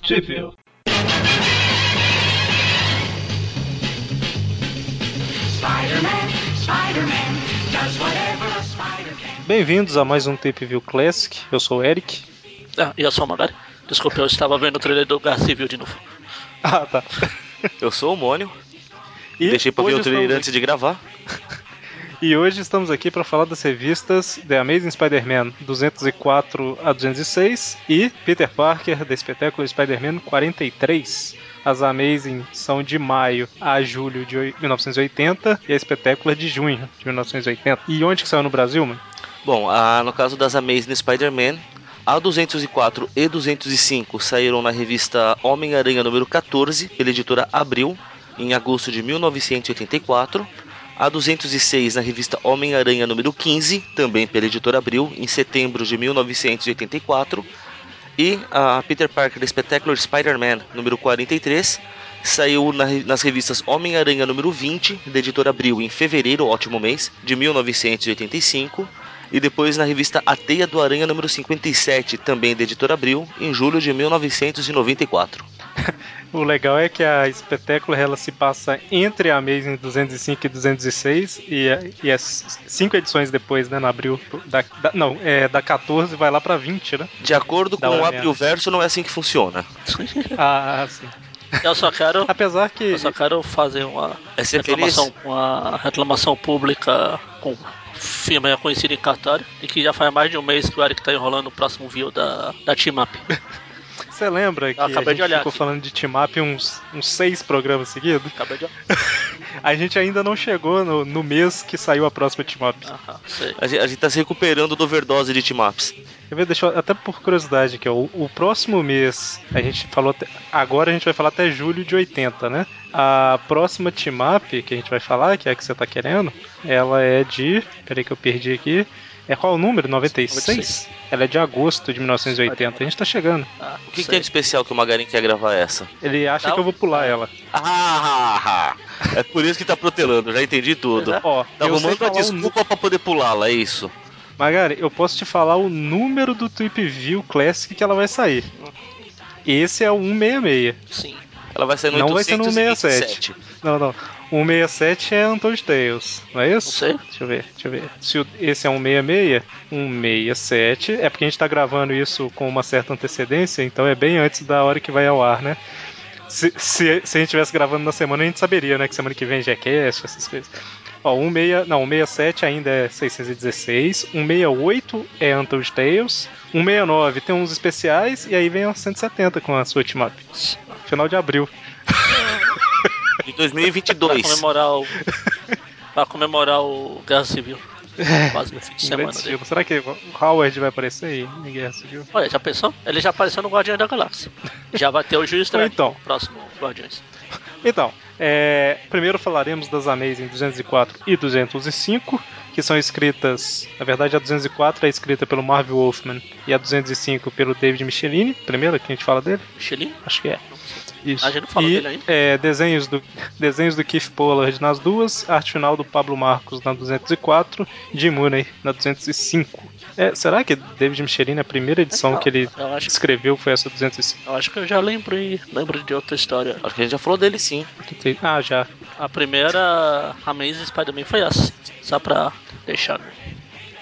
Possível. Bem-vindos a mais um Tape View Classic. Eu sou o Eric. Ah, e eu sou o Magari. Desculpa, eu estava vendo o trailer do Guerra Civil de novo. Ah, tá. Eu sou o Mônio. Deixei pra ver hoje o trailer estamos antes de gravar. aqui- E hoje estamos aqui para falar das revistas The Amazing Spider-Man 204 a 206 e Peter Parker, The Espetáculo Spider-Man 43. As Amazing são de maio a julho de oi- 1980 e a Espetáculo é de junho de 1980. E onde que saiu no Brasil, mano? Bom, ah, no caso das Amazing Spider-Man, a 204 e 205 saíram na revista Homem-Aranha número 14, pela editora Abril, em agosto de 1984. A 206 na revista Homem-Aranha número 15, também pela editora Abril, em setembro de 1984. E a Peter Parker Spectacular Spider-Man número 43 saiu na re- nas revistas Homem-Aranha número 20, da editora Abril, em fevereiro, ótimo mês, de 1985. E depois na revista A Teia do Aranha número 57, também da editora Abril, em julho de 1994. O legal é que a espetáculo ela se passa entre a Amazing 205 e 206 e, e as cinco edições depois, né, na abril da, da- não, é da 14 vai lá pra 20, né? De acordo Da com o hora, Abril Verso, não é assim que funciona. Ah, sim. Eu só quero, Apesar que eu só quero fazer uma É ser feliz? reclamação, uma reclamação pública com firma já conhecida em Qatar e que já faz mais de um mês que o Eric tá enrolando o próximo view da, da Team Up. você lembra que a acabei de gente olhar ficou aqui. falando de team up uns, uns seis programas seguidos? Acabei de. A gente ainda não chegou no, no mês que saiu a próxima team up. Aham, sei. A gente, a gente tá se recuperando do overdose de team-ups. Eu vou deixar até por curiosidade aqui, ó. O, o próximo mês, a gente falou. até- agora a gente vai falar até julho de 80, né? A próxima team up que a gente vai falar, que é a que você tá querendo, ela é de. Peraí que eu perdi aqui. É qual o número? 96? 96. Ela é de agosto de 1980. A gente tá chegando. Ah, O que, que sei. tem de especial que o Magarin quer gravar essa? Ele acha Não? que eu vou pular ela. Tá. Ah, é por isso que tá protelando, já entendi tudo. Exato. Ó, Tá eu sei arrumando a falar o nu- desculpa pra poder pulá-la, é isso? Magari, eu posso te falar o número do Trip View Classic que ela vai sair. Esse é o 166. Sim. Ela vai sair no Não vai ser no 827. Não, não. 167 é Anton's Tales, não é isso? Não sei. Deixa eu ver, deixa eu ver. Se o- esse é 166, 167 é porque a gente tá gravando isso com uma certa antecedência, então é bem antes da hora que vai ao ar, né? Se, se, se a gente estivesse gravando na semana, a gente saberia, né? Que semana que vem já é cast, essas coisas. Ó, 16, não, 167 ainda é 616, 168 é Anton's Tales, 169 tem uns especiais, e aí vem a 170 com a sua team up. Final de abril. Pra De 2022. comemorar o. pra comemorar o Guerra Civil. É, Quase no fim de Um semana grande dele. estilo. Será que o Howard vai aparecer aí em Guerra Civil? Olha, já pensou? Ele já apareceu no Guardiões da Galáxia. Já vai ter o juiz Ou Dredd então. no próximo Guardiões. Então, é, primeiro falaremos das Amazing 204 e 205, que são escritas. Na verdade, a 204 é escrita pelo Marvel Wolfman e a 205 pelo David Michelini. Primeiro que a gente fala dele? Michelin? Acho que é. Isso. A gente não falou e, dele ainda? é, desenhos, do, desenhos do Keith Pollard nas duas, arte final do Pablo Marcos na 204, Jim Mooney na 205. É, será que David Michelini, é a primeira edição que ele Eu acho, escreveu foi essa 205? eu acho que eu já lembrei, lembro de outra história. Acho que a gente já falou dele sim. Tentei- Ah, já. A primeira Amazing Spider-Man foi essa. Só pra deixar. no-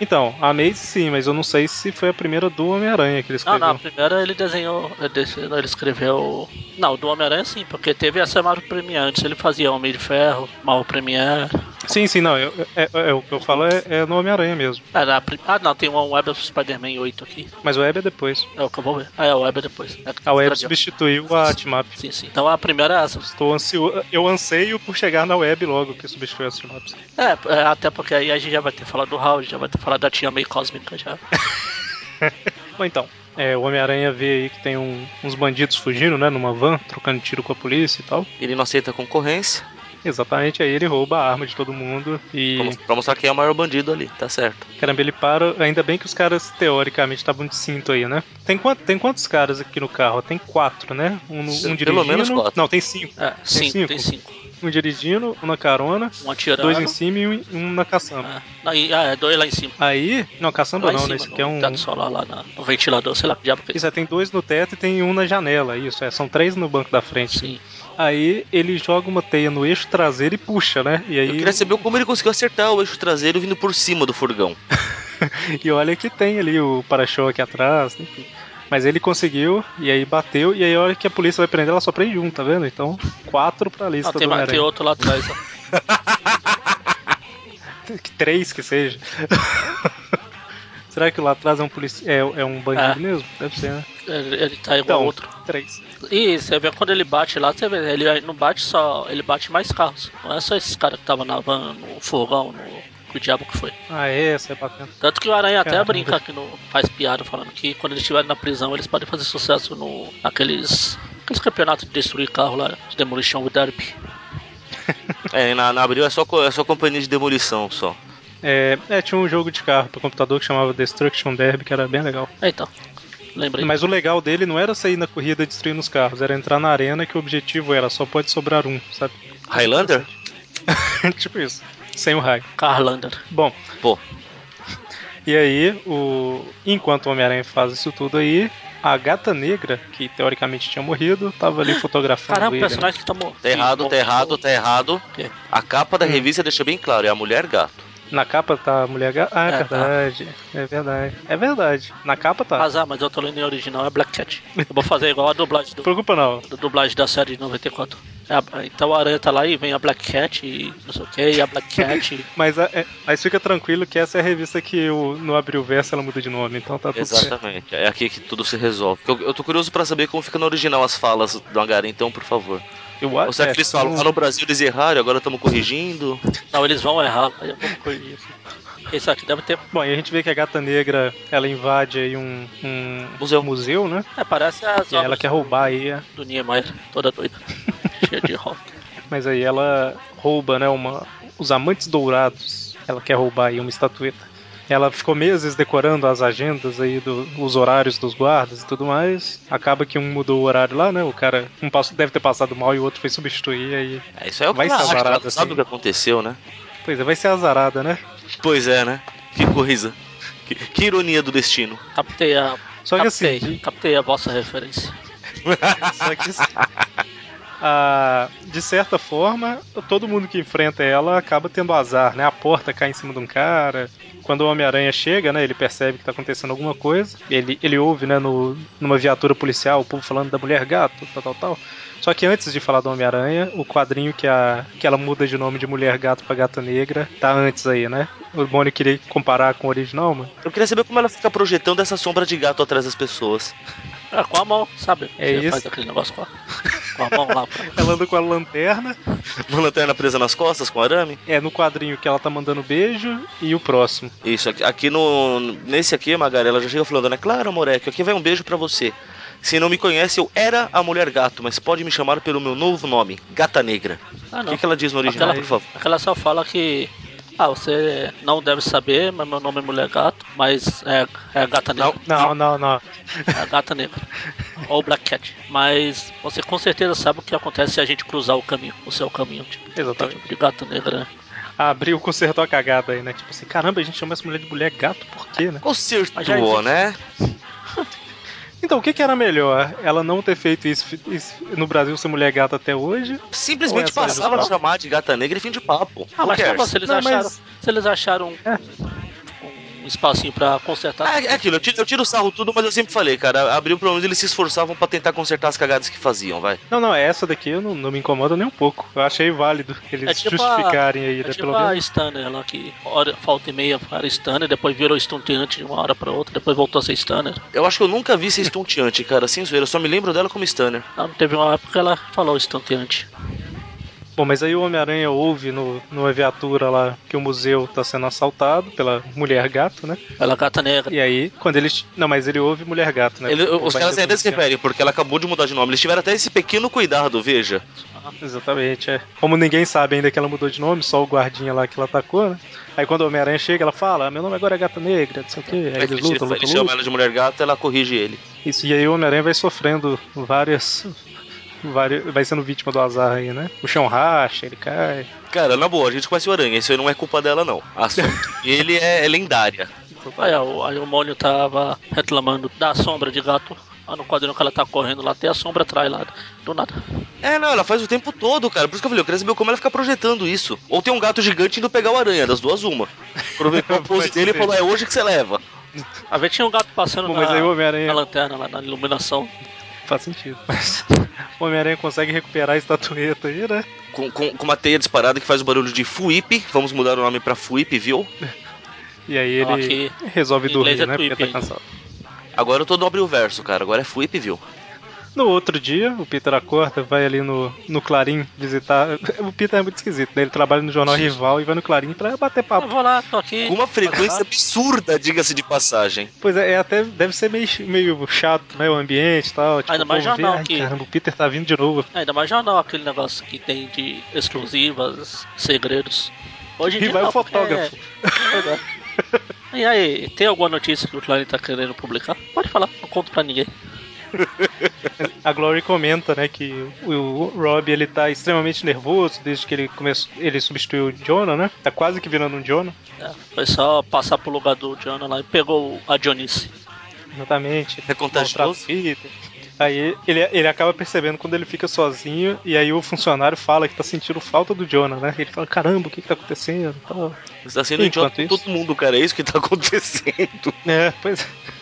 Então, a Maze sim, mas eu não sei se foi a primeira do Homem-Aranha que ele Não, escreveu. Ah, não, a primeira ele desenhou. Ele desenhou- ele escreveu. Não, do Homem-Aranha sim, porque teve essa Marvel Premiere. Antes ele fazia Homem de Ferro, Marvel Premiere. Sim, sim, não. eu- é- é- é, o que eu falo é, é no Homem-Aranha mesmo. Ah, na prim- ah, não, tem um Web of Spider-Man 8 aqui. Mas o Web é depois. É o que eu vou ver. Ah, é o Web é depois. É que A Ah, Web Guardião. substituiu a Timap. Sim, sim. Então a primeira é essa. Estou ansioso. Eu anseio por chegar na Web logo que substituiu a Timap. É, é, até porque aí a gente já vai ter falado do Howard, já vai ter falado da tia meio cósmica já. Bom, então. é, o Homem-Aranha vê aí que tem um- uns bandidos fugindo, né? Numa van, trocando tiro com a polícia e tal. Ele não aceita concorrência. Exatamente, aí ele rouba a arma de todo mundo e. Pra mos- Pra mostrar quem é o maior bandido ali, tá certo. Caramba, ele para. Ainda bem que os caras, teoricamente, estavam de cinto aí, né? Tem, quant- tem quantos caras aqui no carro? Tem quatro, né? Um, no- um Pelo dirigindo. menos quatro. Não, tem cinco. É, cinco, cinco? tem cinco. um dirigindo, um na carona, Um atirando. dois em cima e um, um na caçamba. Ah, aí- ah, é, dois lá em cima. Aí, não, caçamba Lá em não, cima, tá né? Esse aqui é no um. Teto solar lá na- no ventilador, sei lá que diabo que é Isso, é, tem dois no teto e tem um na janela, isso. É, são três no banco da frente. tá Sim. Aí ele joga uma teia no eixo traseiro e puxa, né? E Eu aí. queria saber como ele conseguiu acertar o eixo traseiro vindo por cima do furgão. E olha que tem ali o para-show aqui atrás, enfim. Mas ele conseguiu, e aí bateu, e aí a hora que a polícia vai prender, ela só prende um, tá vendo? Então, quatro pra lista Ah, tem, do mais- tem Homem-Aranha. outro lá atrás. ó. Que Três que seja. Será que lá atrás é um polici... é, é um bandido Ah. mesmo? Deve ser, né? ele, ele tá igual Então, ao outro. Três. E você vê quando ele bate lá, você vê, ele não bate só, ele bate mais carros. Não é só esses caras que estavam na van, no fogão, no. Que diabo que foi. Ah, é, você é bacana. Tanto que o Aranha até Caramba. brinca aqui no. faz piada falando que quando eles estiverem na prisão eles podem fazer sucesso no. aqueles. aqueles campeonatos de destruir carro lá, de Demolition Derby. É, na, na abril é só, co- é só companhia de demolição só. É, é, tinha um jogo de carro pro computador que chamava Destruction Derby, que era bem legal. É, então. Lembrei. Mas o legal dele não era sair na corrida destruindo os carros, era entrar na arena que o objetivo era só pode sobrar um, sabe? Highlander? tipo isso. Sem o raio. Carlander. Bom, Pô, E aí, o... enquanto o Homem-Aranha faz isso tudo aí, a gata negra, que teoricamente tinha morrido, tava ali fotografando Caramba, o ele. né? personagem que tá morto. tá errado, tá errado, tá errado. Quê? A capa da revista deixa bem claro, é a mulher gato. Na capa tá a mulher gata. Ah, é, É, tá. verdade. É verdade. É verdade. Na capa tá. Azar, mas eu tô lendo em original, é Black Cat. Eu vou fazer igual a dublagem Não do, preocupa não. da dublagem da série de 94. É a- então a aranha tá lá e vem a Black Cat e não sei o que, e a Black Cat. Mas a- é- mas fica tranquilo que essa é a revista que o... no Abril Verso ela muda de nome, então tá tudo certo. Exatamente, é aqui que tudo se resolve. Eu, eu tô curioso pra saber como fica no original as falas do Angara, então, por favor. Eu acho é Ou será que eles falam, lá um- no Brasil eles erraram, agora estamos corrigindo? não, eles vão errar. Aí eu vou corrigir aqui. Esse aqui deve ter. Bom, e a gente vê que a gata negra ela invade aí um, um Museu. museu, né? É, parece as E ela obras quer roubar aí a- do Niemeyer, toda doida. Cheia de rock. Mas aí ela rouba, né, uma os amantes dourados. Ela quer roubar aí uma estatueta. Ela ficou meses decorando as agendas aí do, os horários dos guardas e tudo mais. Acaba que um mudou o horário lá, né? O cara um passou, deve ter passado mal e o outro foi substituir aí. É, isso aí é o que Vai ela ser acha, azarado, ela sabe assim. o que aconteceu, né? Pois é, vai ser azarada, né? Pois é, né? Que coisa. Que, que ironia do destino. Captei a. Só que captei, assim, de- captei a vossa referência. Só que assim, ah, de certa forma, todo mundo que enfrenta ela acaba tendo azar, né? A porta cai em cima de um cara. Quando o Homem-Aranha chega, né? Ele percebe que tá acontecendo alguma coisa. Ele, ele ouve, né, no, numa viatura policial, o povo falando da mulher gato, tal, tal, tal. Só que antes de falar do Homem-Aranha, o quadrinho que, a, que ela muda de nome de mulher gato pra gata negra tá antes aí, né? O Mônio queria comparar com o original, mano. Eu queria saber como ela fica projetando essa sombra de gato atrás das pessoas. É, com a mão, sabe? É Você faz isso. aquele negócio com a, com a mão lá. Pra... Ela anda com a lanterna, Uma lanterna presa nas costas com arame. é no quadrinho que ela tá mandando beijo e o próximo. Isso, aqui, aqui no. Nesse aqui, Magari, ela já chega falando, né? Claro, Moreco, aqui vai um beijo pra você. Se não me conhece, eu era a mulher gato, mas pode me chamar pelo meu novo nome, Gata Negra. Ah, O não. que, que ela diz no original, Aquela- por favor? Aquela só fala que. Ah, você não deve saber, mas meu nome é Mulher Gato, mas é, é Gata Negra. Não, não, não. É Gata Negra. Ou Black Cat. Mas você com certeza sabe o que acontece se a gente cruzar o caminho, o seu caminho. Tipo, tem Exatamente. tipo de Gata Negra, né? Abriu, consertou a cagada aí, né? Tipo assim, caramba, a gente chama essa mulher de mulher gato, por quê, né? Consertou, Ah, já existe. né? Então, o que que era melhor? Ela não ter feito isso, isso no Brasil ser mulher gato até hoje? Então Simplesmente Ou essa passava a original? chamar de Gata Negra e fim de papo. Ah, Who mas tá cares? bom, se eles Não, acharam. mas- Se eles acharam um, um espacinho pra consertar. Ah, É, aquilo, eu tiro, eu tiro o sarro tudo, mas eu sempre falei, cara, abriu pelo menos eles se esforçavam pra tentar consertar as cagadas que faziam, vai. Não, não, essa daqui eu não, não me incomoda nem um pouco. Eu achei válido eles É tipo a- justificarem aí, né? É tipo pelo menos. a Stunner lá que hora, falta e meia era Stunner, depois virou estonteante de uma hora pra outra, depois voltou a ser Stunner. Eu acho que eu nunca vi ser estonteante, cara, sem zoeira, eu só me lembro dela como Stunner. Não, teve uma época que ela falou estonteante. Bom, mas aí o Homem-Aranha ouve no, numa viatura lá que o museu tá sendo assaltado pela mulher gato, né? Ela é gata negra. E aí, quando eles. Não, mas ele ouve mulher gato, né? Ele- Porque os vai caras ainda se denunciar. referem, porque ela acabou de mudar de nome, eles tiveram até esse pequeno cuidado, veja. Exatamente, é. Como ninguém sabe ainda que ela mudou de nome, só o guardinha lá que ela atacou, né? Aí quando o Homem-Aranha chega, ela fala: "Ah, Meu nome agora é Gata Negra, não sei o quê. Aí Ele, É, eles lutam, lutam, chama lutam. ela de mulher gata, ela corrige ele. Isso, e aí o Homem-Aranha vai sofrendo várias. vari- vai sendo vítima do azar aí, né? O chão racha, ele cai. Cara, na boa, a gente conhece o Aranha, isso aí não é culpa dela, não. A Sombra, ele é, é lendária. Aí, ó, o- aí o Mônio tava reclamando da sombra de gato. Lá no quadrinho que ela tá correndo lá, até a sombra atrás lá, do nada. É, não, ela faz o tempo todo, cara. Por isso que eu falei, eu queria saber como ela fica projetando isso. Ou tem um gato gigante indo pegar o aranha, das duas uma. Aproveitou a pose Pode dele e ser. falou, é hoje que você leva. A ver, tinha um gato passando Bom, na, mas aí o Homem-Aranha- na lanterna, lá na iluminação. Faz sentido. Mas o Homem-Aranha consegue recuperar a estatueta aí, né? Com, com- com uma teia disparada que faz o barulho de Fuip. Vamos mudar o nome pra Fuip, viu? E aí Não, ele aqui, resolve em dormir, inglês é né? Porque tweep tá ainda. cansado. Agora eu tô nobre o verso, cara. Agora é Fuip, viu? No outro dia, o Peter acorda, vai ali no, no Clarim visitar. O Peter é muito esquisito, né? Ele trabalha no jornal rival e vai no Clarim pra bater Eu papo. vou lá, tô aqui. Com uma frequência absurda, diga-se de passagem. Pois é, é até deve ser meio, meio chato, né? O ambiente e tal. Tipo, Ainda o mais povo vê, jornal "Ai, que- Caramba, o Peter tá vindo de novo. Ainda mais jornal, aquele negócio que tem de exclusivas, segredos. Hoje em E dia vai não, é- o fotógrafo. porque- E aí, tem alguma notícia que o Clarin tá querendo publicar? Pode falar, não conto pra ninguém. A Glory comenta, né, que o, o Rob ele tá extremamente nervoso desde que ele começou, ele substituiu o Jonah, né? Tá quase que virando um Jonah, É, foi só passar pro lugar do Diana lá e pegou a Dionice. exatamente. É contagioso? Maltrata o Peter. Aí ele, ele acaba percebendo quando ele fica sozinho e aí o funcionário fala que tá sentindo falta do Jonah, né? Ele fala, caramba, o que que tá acontecendo? e tal. Você tá sendo Enquanto idiota com isso- todo mundo, cara. É isso que tá acontecendo. É, pois é.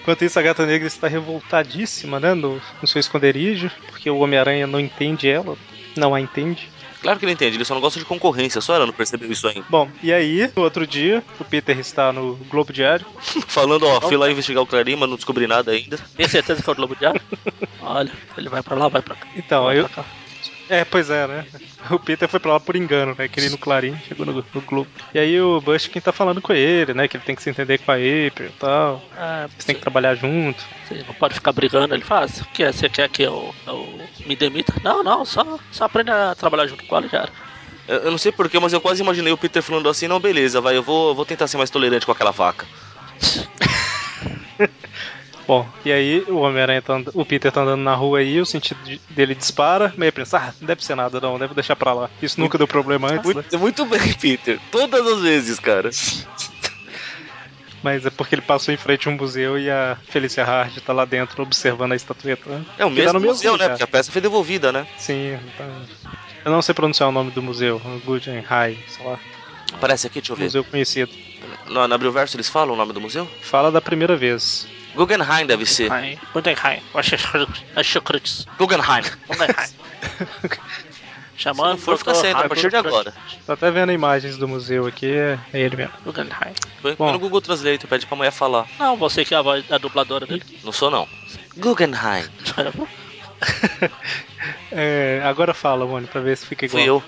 Enquanto isso, a Gata Negra está revoltadíssima, né, no, no seu esconderijo, porque o Homem-Aranha não entende ela, não a entende. Claro que ele entende, ele só não gosta de concorrência. Só ela não percebeu isso ainda. Bom, e aí, no outro dia, o Peter está no Globo Diário, Falando, ó, fui lá investigar o Clarim, mas não descobri nada ainda. Tem certeza que é o Globo de Ar? Olha, ele vai pra lá, vai pra cá. Então, vai eu- pra cá. É, pois é, né? O Peter foi pra lá por engano, né? Que ele no Clarim chegou no, no Globo. E aí o Bushkin tá falando com ele, né? Que ele tem que se entender com a April e tal. Ah, Eles têm que trabalhar junto. Você não pode ficar brigando. Ele faz. O que é? Você quer que eu, eu me demita? Não, não, só, só aprenda a trabalhar junto com ela e já era. Eu eu não sei porquê, mas eu quase imaginei o Peter falando assim: não, beleza, vai, eu vou, vou tentar ser mais tolerante com aquela vaca. Bom, e aí o Homem-Aranha tá and... O Peter tá andando na rua aí, o sentido de- dele dispara, meio pensa, ah, não deve ser nada não, devo deixar pra lá. Isso nunca deu problema antes, né? Muito, muito bem, Peter. Todas as vezes, cara. Mas é porque ele passou em frente a um museu e a Felicia Hardy tá lá dentro observando a estatueta. né? É o Que tá mesmo no museu, né? lugar. Porque a peça foi devolvida, né? Sim, exatamente. Eu não sei pronunciar o nome do museu, Guggenheim, sei lá, Aparece aqui, deixa eu ver. museu conhecido. No, no Abril Verso eles falam o nome do museu? Fala da primeira vez. Guggenheim deve ser. Ai, Muito bem, Rai. Achocrutis. Guggenheim. Muito bem, Rai. Chamando, Se não for, fica sendo, tá a partir de agora. Tô até vendo imagens do museu aqui, é é ele mesmo. Guggenheim. Põe Bom. põe no Google Translate, pede pra mulher falar. Não, você que é a, voz, a dubladora dele. Não sou, não. Guggenheim. É, agora fala, Mônio, pra ver se fica igual. Fui eu.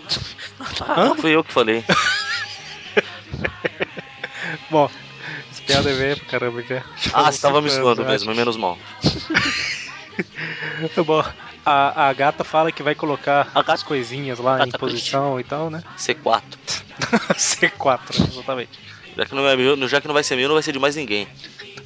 Hã? Fui eu que falei. Bom, essa piada é velha pra caramba já. Ah, você tava me Cinco zoando anos, mesmo, eu menos mal. acho. É, Bom, a, a gata fala que vai colocar A gata- as coisinhas lá em Gata posição e tal, né? C4. C4, exatamente. Já que não, é meu, já que não vai ser meu, não vai ser de mais ninguém.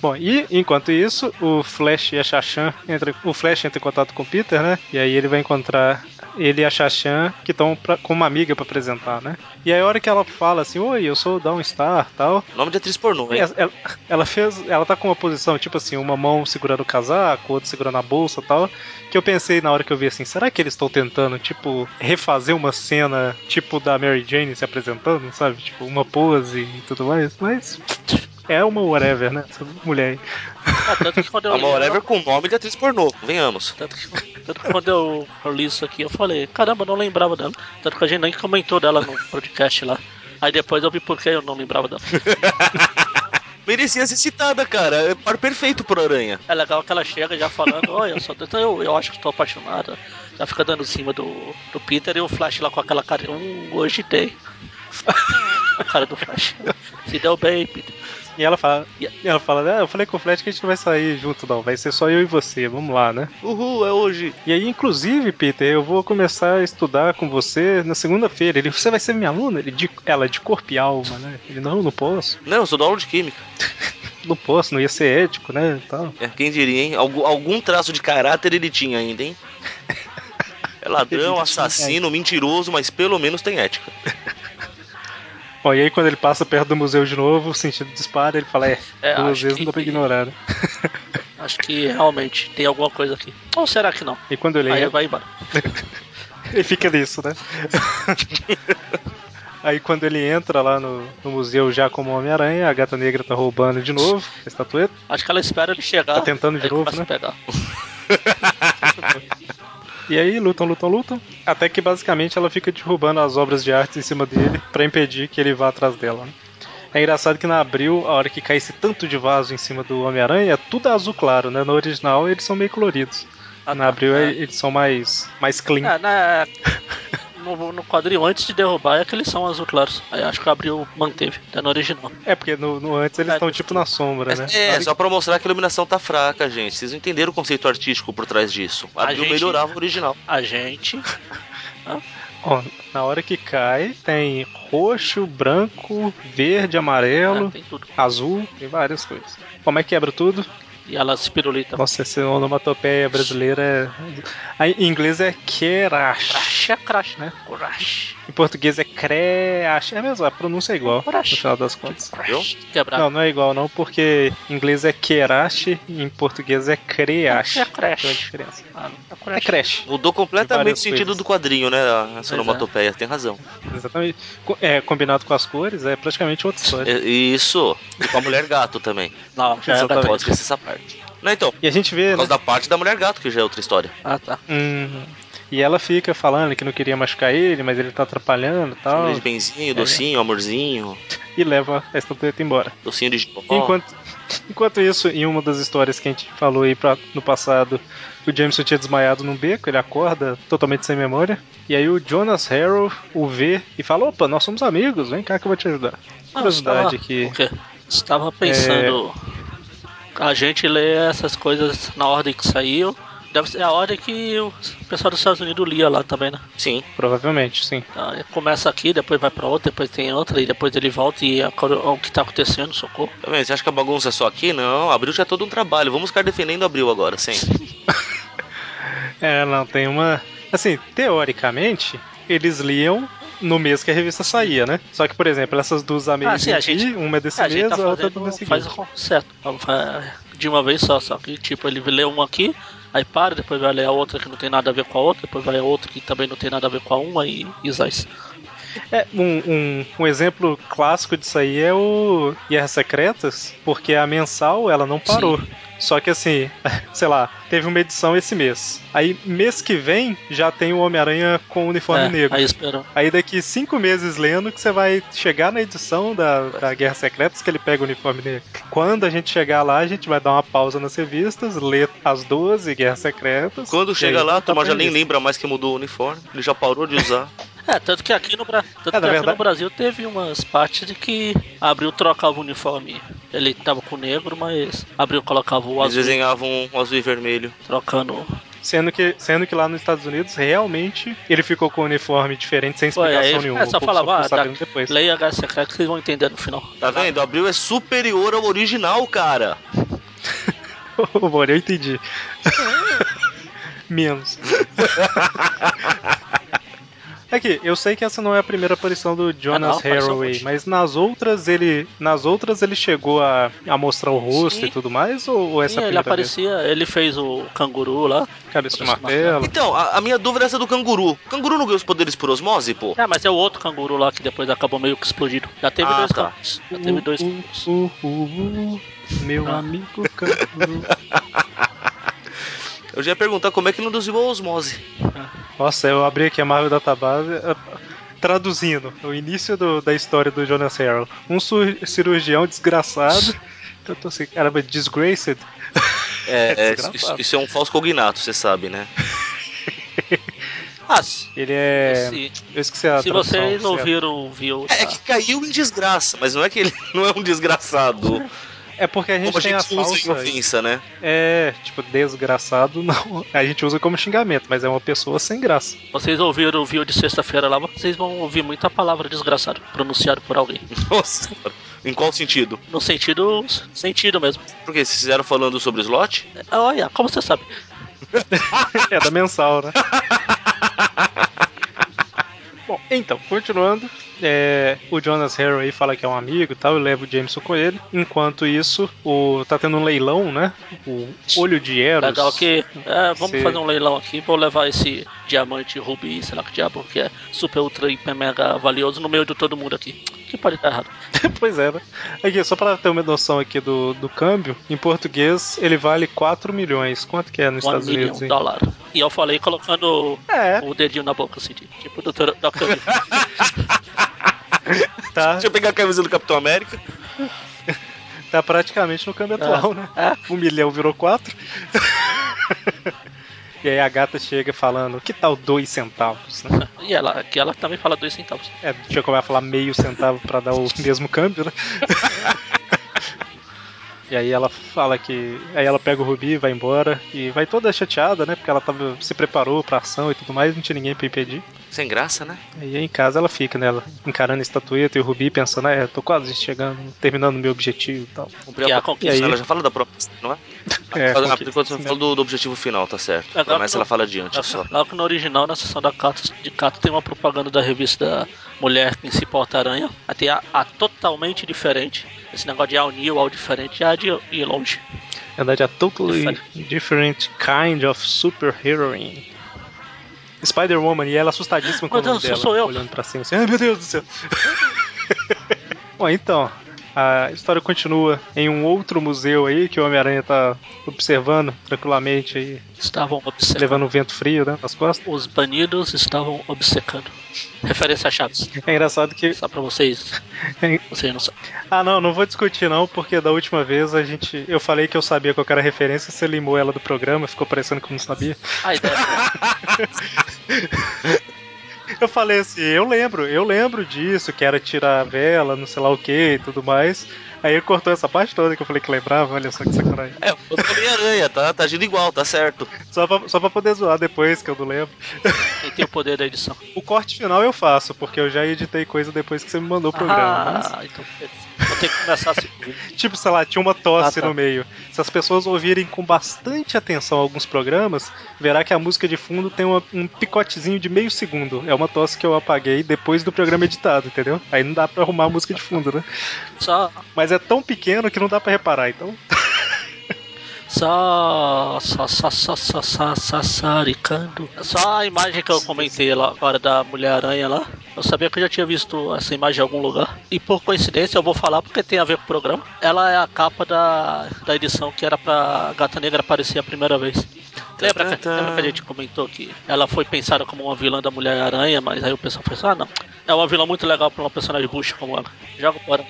Bom, e enquanto isso, o Flash e a Shashan entra, o Flash entra em contato com o Peter, né? E aí ele vai encontrar ele e a Shashan que estão com uma amiga pra apresentar, né? E aí a hora que ela fala assim, oi, eu sou o Dawnstar, tal, Nome de atriz pornô, hein? Ela, ela- ela fez. Ela tá com uma posição, tipo assim, uma mão segurando o casaco, outra segurando a bolsa e tal. Que eu pensei na hora que eu vi assim, será que eles estão tentando, tipo, refazer uma cena tipo da Mary Jane se apresentando, sabe? Tipo, uma pose e tudo mais, mas. É uma whatever, né? Essa mulher aí. Ah, tanto que quando eu A li, Morever com nome de atriz pornô, venhamos. Tanto que, tanto que quando eu, eu li isso aqui, eu falei, caramba, eu não lembrava dela. Tanto que a gente nem comentou dela no podcast lá. Aí depois eu vi por que eu não lembrava dela. Merecia ser citada, cara. É par perfeito pro Aranha. É legal que ela chega já falando, olha, eu, só, então eu, eu acho que estou apaixonada. Já fica dando em cima do, do Peter e o Flash lá com aquela cara, hum, hoje tem. a cara do Flash. Se deu bem, Peter. E ela fala. e ela fala, ah, eu falei com o Flash que a gente não vai sair junto, não. Vai ser só eu e você, vamos lá, né? Uhul, é hoje. E aí, inclusive, Peter, eu vou começar a estudar com você na segunda-feira. Ele, você vai ser minha aluna? Ele, de, ela, de corpo e alma, né? Ele, não, não posso. Não, eu sou da aula de química. Não posso, não ia ser ético, né? e Tal. É, quem diria, hein? Algu- algum traço de caráter ele tinha ainda, hein? É ladrão, assassino, mentiroso, mas pelo menos tem ética. Bom, e aí quando ele passa perto do museu de novo, o sentido dispara, ele fala, é, É, duas acho vezes que- não dá pra ignorar, né? Acho que realmente tem alguma coisa aqui. Ou será que não? E quando eu Aí leio, vai embora. ele fica nisso, né? Aí quando ele entra lá no, no museu já como Homem-Aranha, a gata negra tá roubando de novo a estatueta. Acho que ela espera ele chegar. Tá tentando de aí novo, começa né? a pegar. E aí lutam, lutam, lutam. Até que basicamente ela fica derrubando as obras de arte em cima dele pra impedir que ele vá atrás dela. né? É engraçado que na abril, a hora que cai esse tanto de vaso em cima do Homem-Aranha, tudo é azul claro, né? No original eles são meio coloridos. Ah, na abril tá. é- eles são mais, mais clean. É, na- no, no quadrinho antes de derrubar é que eles são azul claros. Aí acho que abriu, manteve, até no original. É, porque no, no antes eles É, estão tipo na sombra, né? É, só pra mostrar que a iluminação tá fraca, gente. Vocês não entenderam o conceito artístico por trás disso. A Abriu gente- melhorava o original. A gente. né, Ó, na hora que cai, tem roxo, branco, verde, amarelo, Ah, tem tudo. azul, tem várias coisas. Como é que quebra tudo? E ela se pirulita. Nossa, essa onomatopeia brasileira é. Aí, Em inglês é querash. Crash é crash, né? Crash. Em português é creash. É mesmo, a pronúncia é igual, no Crash. final das contas. Crash. Quebrar. Não, não é igual não, porque em inglês é querash e em português é creash. É Então é a crash. diferença. Ah, não. É creche. Mudou De completamente o várias sentido coisas. do quadrinho, né? é. Essa onomatopeia, tem razão. Exatamente. Co- É, combinado com as cores, é praticamente outra história. É, isso. E com a mulher gato também. Não, já é Exatamente. gato. Pode esquecer essa parte. Não, então, por E a gente vê, né? causa da parte da mulher gato, que já é outra história. Ah, tá. Hum, e ela fica falando que não queria machucar ele, mas ele tá atrapalhando e tal. Mulher de benzinho, docinho, amorzinho, E leva a estatueta embora. docinho de E Enquanto, enquanto isso, em uma das histórias que a gente falou aí pra- no passado, o Jameson tinha desmaiado num beco, ele acorda totalmente sem memória. E aí o Jonas Harrow o vê e fala: opa, nós somos amigos, vem cá que eu vou te ajudar. Ah, Curiosidade estava- que. O quê? Estava pensando. É. A gente lê essas coisas na ordem que saiu. Deve ser a ordem que o pessoal dos Estados Unidos lia lá também, né? Sim, Provavelmente, sim. Tá, ele começa aqui, depois vai pra outra, depois tem outra, e depois ele volta e acorda- ó, o que tá acontecendo, socorro. tá vendo? Você acha que a bagunça é só aqui? Não, abriu já é todo um trabalho. Vamos ficar defendendo abril agora, sim. É, não, tem uma. Assim, teoricamente, eles liam no mês que a revista saía, né? Só que, por exemplo, essas duas Ah, sim, amigas a aqui, gente- uma é desse a mês, gente tá a outra é do mês fazendo seguinte. faz o certo. Vamos fa- De uma vez só, só que tipo, ele lê uma aqui, aí para, depois vai ler a outra que não tem nada a ver com a outra, depois vai a outra que também não tem nada a ver com a uma e, e zaz. É, um, um, um exemplo clássico disso aí é o Guerras Secretas, porque a mensal ela não parou. Só que assim, sei lá, teve uma edição esse mês. Aí mês que vem já tem o Homem-Aranha com o uniforme É, negro. Aí Aí... esperam. daqui cinco meses lendo que você vai chegar na edição da, da Guerra Secretas que ele pega o uniforme negro. Quando a gente chegar lá, a gente vai dar uma pausa nas revistas, ler as 12 Guerras Secretas. Quando e chega aí lá, a tá turma já feliz. nem lembra mais que mudou o uniforme. Ele já parou de usar. É, tanto que aqui no, Bra... tanto É, na que aqui no verdade- Brasil teve umas partes de que abriu, trocava o uniforme. Ele tava com o negro, mas abriu, colocava o Eles azul, desenhavam um azul e vermelho. trocando. Sendo que, sendo que lá nos Estados Unidos, realmente, ele ficou com um uniforme diferente, sem Pô, explicação aí, nenhuma. é, só O povo falava, ficou ah, sabendo tá, depois. leia H secreto que vocês vão entender no final. Tá vendo? Abril é superior ao original, cara. Bora, eu entendi. Menos. Aqui, eu sei que essa não é a primeira aparição do Jonas apareceu um Haraway, monte. mas nas outras ele. Nas outras ele chegou a, a mostrar o rosto Sim. e tudo mais? Ou, ou essa é Sim, a ele primeira aparecia, ele fez o canguru lá. vez? Cabeça de Cabeça de martelo. Então, a, a minha dúvida é essa do canguru. O canguru não ganhou os poderes por osmose, pô? Ah, mas é o outro canguru lá que depois acabou meio que explodido. Já teve Ah, dois tá. Uhum. cangurus. Já teve dois cangurus. Uh, uh, uh, uh, meu amigo canguru. Eu já ia perguntar como é que não desenvolveu a osmose. Nossa, eu abri aqui a Marvel Database. eh, Traduzindo, o início do- da história do Jonas Harrow. Um sur- cirurgião desgraçado. Eu tô assim, caramba, disgraced. É, é, desgraçado. isso, isso é um falso cognato, você sabe, né? Ah, se, Ele é. se, Eu esqueci a se tradução, vocês certo. ouviram, viu. tá, É tá? que caiu em desgraça, mas não é que ele não é um desgraçado. É porque a gente Como a tem a gente usa em falsa. ofensa, né? É, tipo, desgraçado, não. A gente usa como xingamento, mas é uma pessoa sem graça. Vocês ouviram o View de sexta-feira lá, vocês vão ouvir muita palavra desgraçado pronunciada por alguém. Nossa, senhora. em qual sentido? No sentido. sentido mesmo. É, Porque vocês fizeram falando Ah. sobre slot? Olha, como você sabe? é da mensal, né? Então, continuando, é, o Jonas Harrow aí fala que é um amigo e tal, e leva o Jameson com ele. Enquanto isso, o, tá tendo um leilão, né? O olho de Eros. Legal que. É, vamos Cê- fazer um leilão aqui, vou levar esse diamante rubi, sei lá que diabo, que é super ultra hiper mega valioso no meio de todo mundo aqui. Que pode estar errado. pois é, né? Aqui, só pra ter uma noção aqui do, do câmbio, em português ele vale 4 milhões. Quanto que é nos 1 Estados milhão Unidos, de hein? dólares. E eu falei colocando É, o dedinho na boca, assim, tipo o Dr. Dr. tá, Deixa eu pegar a camisa do Capitão América. tá praticamente no câmbio atual, né? É. Um milhão virou quatro. e aí a gata chega falando, que tal dois centavos, né? E ela, que ela também fala dois centavos. É, deixa eu começar a falar meio centavo pra dar o mesmo câmbio, né? E aí ela fala que. Aí ela pega o Rubi, vai embora e vai toda chateada, né? Porque ela tava, se preparou pra ação e tudo mais, não tinha ninguém pra impedir. Sem graça, né? E aí em casa ela fica, né? Ela encarando a estatueta e o Rubi pensando, é, tô quase chegando, terminando o meu objetivo e tal. Cumprir Que é a a conquista. conquista- Ela já fala da proposta, não é? É, Fala- ah, conquista, Enquanto você né? fala do, do objetivo final, tá certo. Agora Promessa que eu- ela fala adiante só. Lá que no original, na sessão da Cato, de Cato, tem uma propaganda da revista Mulher que se porta aranha. Aí tem a, a totalmente diferente. Esse negócio de ao new, ao diferente, já é de ir longe. Na verdade, a É totally Different. different kind of superheroine. Spider-Woman, e ela assustadíssima com Meu o nome Deus, dela, sou eu. olhando pra cima assim, ai meu Deus do céu. Bom, então, a história continua em um outro museu aí, que o Homem-Aranha tá observando tranquilamente aí, Estavam obcecando. levando um vento frio, né, nas costas. Os banidos estavam obcecando. Referência a Chaves. É engraçado que... Só pra vocês. Vocês não sabem. Ah não, não vou discutir não, porque da última vez a gente... Eu falei que eu sabia qual era a referência, você limou ela do programa, ficou parecendo que eu não sabia. A ideia é Eu falei assim, eu lembro, eu lembro disso, que era tirar a vela, não sei lá o que e tudo mais. Aí ele cortou essa parte toda que eu falei que lembrava, olha só que sacanagem. É, o Homem-Aranha, tá, tá agindo igual, tá certo. Só pra, só pra poder zoar depois, que eu não lembro. é quem tem o poder da edição. O corte final eu faço, porque eu já editei coisa depois que você me mandou o programa. Mas, Ah, então. Vou ter que começar a se ouvir. tipo, sei lá, tinha uma tosse Ah, tá. no meio. Se as pessoas ouvirem com bastante atenção alguns programas, verá que a música de fundo tem uma- um picotezinho de meio segundo. É uma tosse que eu apaguei depois do programa editado, entendeu? Aí não dá pra arrumar a música de fundo, né? Só, Mas é tão pequeno que não dá pra reparar, então. só, só, só, só, só, só, só, saricando. É Só a imagem que eu comentei lá agora da Mulher-Aranha lá. Eu sabia que eu já tinha visto essa imagem em algum lugar. E por coincidência eu vou falar porque tem a ver com o programa. Ela é a capa da, da edição que era pra Gata Negra aparecer a primeira vez. Lembra que, Tã, tã, tã. lembra que a gente comentou que ela foi pensada como uma vilã da Mulher-Aranha, mas aí o pessoal pensou, ah não, é uma vilã muito legal pra uma personagem bucha como ela. Joga fora.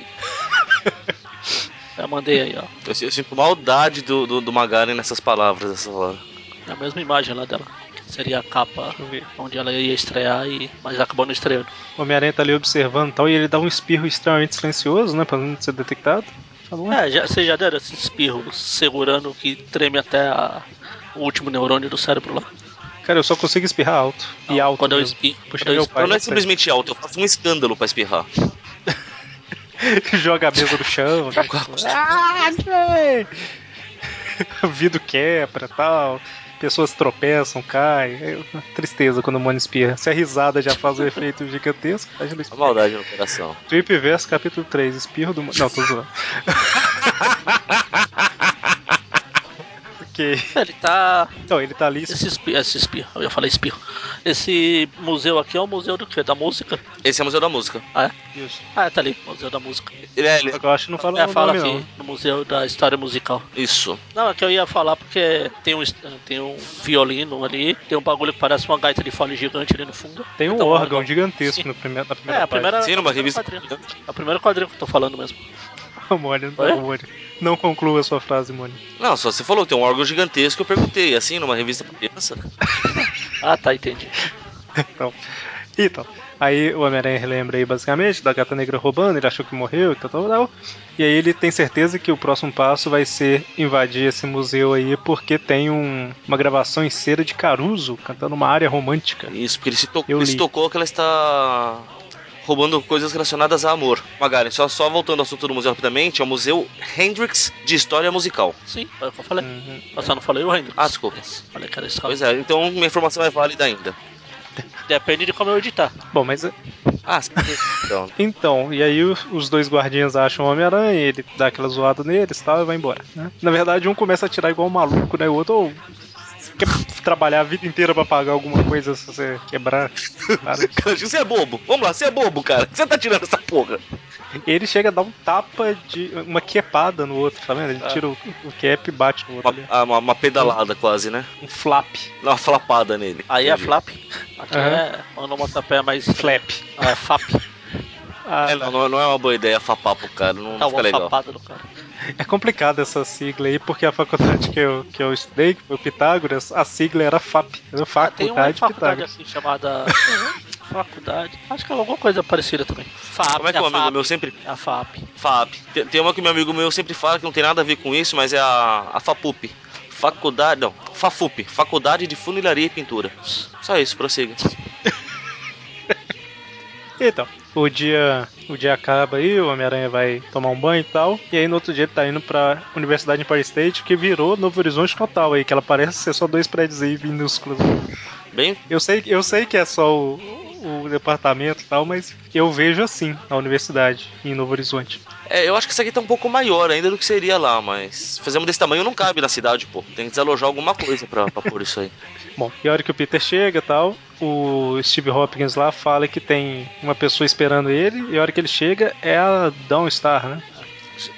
Já mandei aí, ó. Eu, eu sinto maldade do, do, do Magaren nessas palavras, essa hora. É a mesma imagem lá dela. que Seria a capa eu ver. onde ela ia estrear, e... mas acabou não estreando. O Homem-Aranha tá ali observando e tal, e ele dá um espirro extremamente silencioso, né? Pra não ser detectado. Tá bom. É, já, vocês já deram esse espirro segurando que treme até a- o último neurônio do cérebro lá. Ah, Cara, eu só consigo espirrar alto. E alto. Quando eu mesmo. espirro. Puxa quando eu meu espirro. pai. Não, não é sei. simplesmente alto, eu faço um escândalo pra espirrar. Joga a mesa no chão. né? Ah, véi! O vidro quebra e tal. Pessoas tropeçam, caem. É uma tristeza quando o Mono espirra. Se a risada já faz um efeito gigantesco, imagina A isso. maldade no coração. Trip Verso, capítulo 3, espirro do. Mo- Não, tô zoando. ok. Ele tá. Então, ele tá ali Esse espirro, esse espirro, eu ia falar espirro. Esse museu aqui é o museu do quê? Da música? Esse é o Museu da Música. Ah, é? Isso. ah tá ali, Museu da Música. Ele é, ele- Eu acho que não fala é, Tá o fala nome, aqui, no Museu da História Musical. Isso. Não, é que eu ia falar porque tem um, tem um violino ali, tem um bagulho que parece uma gaita de fole gigante ali no fundo. não. Tem um Então, órgão órgão. gigantesco no primeiro, na É, primeira a primeira. Sim, numa a primeira revista. quadrinha. É o primeiro quadrinho que eu tô falando mesmo. página. Mônio, Oi? não, Mônio. Não conclua a sua frase, Mônio. Não, só você falou que tem um órgão gigantesco, eu perguntei, assim, numa revista pra criança. Ah, tá, entendi. Então. Então, aí o Homem-Aranha relembra aí basicamente da gata negra roubando, ele achou que morreu e tal, tal, tal. E aí ele tem certeza que o próximo passo vai ser invadir esse museu aí, porque tem um- uma gravação em cera de Caruso cantando uma área romântica. É Isso, porque ele se, to- Eu ele se li. tocou que ela está roubando coisas relacionadas a amor. Magaren, só, só voltando ao assunto do museu rapidamente, é o Museu Hendrix de História Musical. Sim, foi o que eu falei. Uhum. Eu só não falei o Hendrix. Ah, desculpa. Falei que era isso. Pois é, então minha informação é válida ainda. Depende de como eu editar. Bom, mas Ah, sim. então. Então, e aí o- os dois guardinhas acham o Homem-Aranha, e ele dá aquela zoada neles e tal, e vai embora. né? Na verdade, um começa a tirar igual um maluco, né? O outro, ô, você quer trabalhar a vida inteira pra pagar alguma coisa se você quebrar? Cara, Cara, você é bobo. Vamos lá, você é bobo, cara. Você tá tirando essa porra. ele chega a dar um tapa de. uma quepada no outro, tá vendo? Ele Ah. tira o, o cap e bate no outro Uma, ali. ah, uma, uma pedalada quase, né? Um flap. Dá uma flapada nele. Aí é Entendi. flap. Aqui Aham. é onomatopeia mais. Flap. Ah, é fap. Ah, É, não, não é- não é uma boa ideia fapar pro cara, não, Dá fica uma legal. fapada no cara. É complicado essa sigla aí, porque a faculdade que eu, que eu estudei, que foi o Pitágoras, a sigla era FAP. Era Ah, tem uma Faculdade faculdade é Pitágoras. Uhum. assim chamada. faculdade. Acho que é alguma coisa parecida também. FAP. Como é que a um amigo FAP, meu sempre. A FAP. FAP. Tem, tem uma que meu amigo meu sempre fala que não tem nada a ver com isso, mas é a, a FAPUP. Faculdade. Não, FAFUP. Faculdade de Funilaria e Pintura. Só isso, prossiga. Então, o dia, o dia acaba aí, o Homem-Aranha vai tomar um banho e tal. E aí no outro dia ele tá indo pra Universidade de Paris State, que virou Novo Horizonte total aí, que ela parece ser só dois prédios aí minúsculos. Bem, Eu sei, eu sei que é só o, o departamento e tal, mas eu vejo assim a universidade em Novo Horizonte. é, eu acho que isso aqui tá um pouco maior ainda do que seria lá, mas fazemos desse tamanho não cabe na cidade, pô. Tem que desalojar alguma coisa pra, pra pôr isso aí. Bom, e a hora que o Peter chega e tal, o Steve Hopkins lá fala que tem uma pessoa esperando ele, e a hora que ele chega é a Dawnstar, né?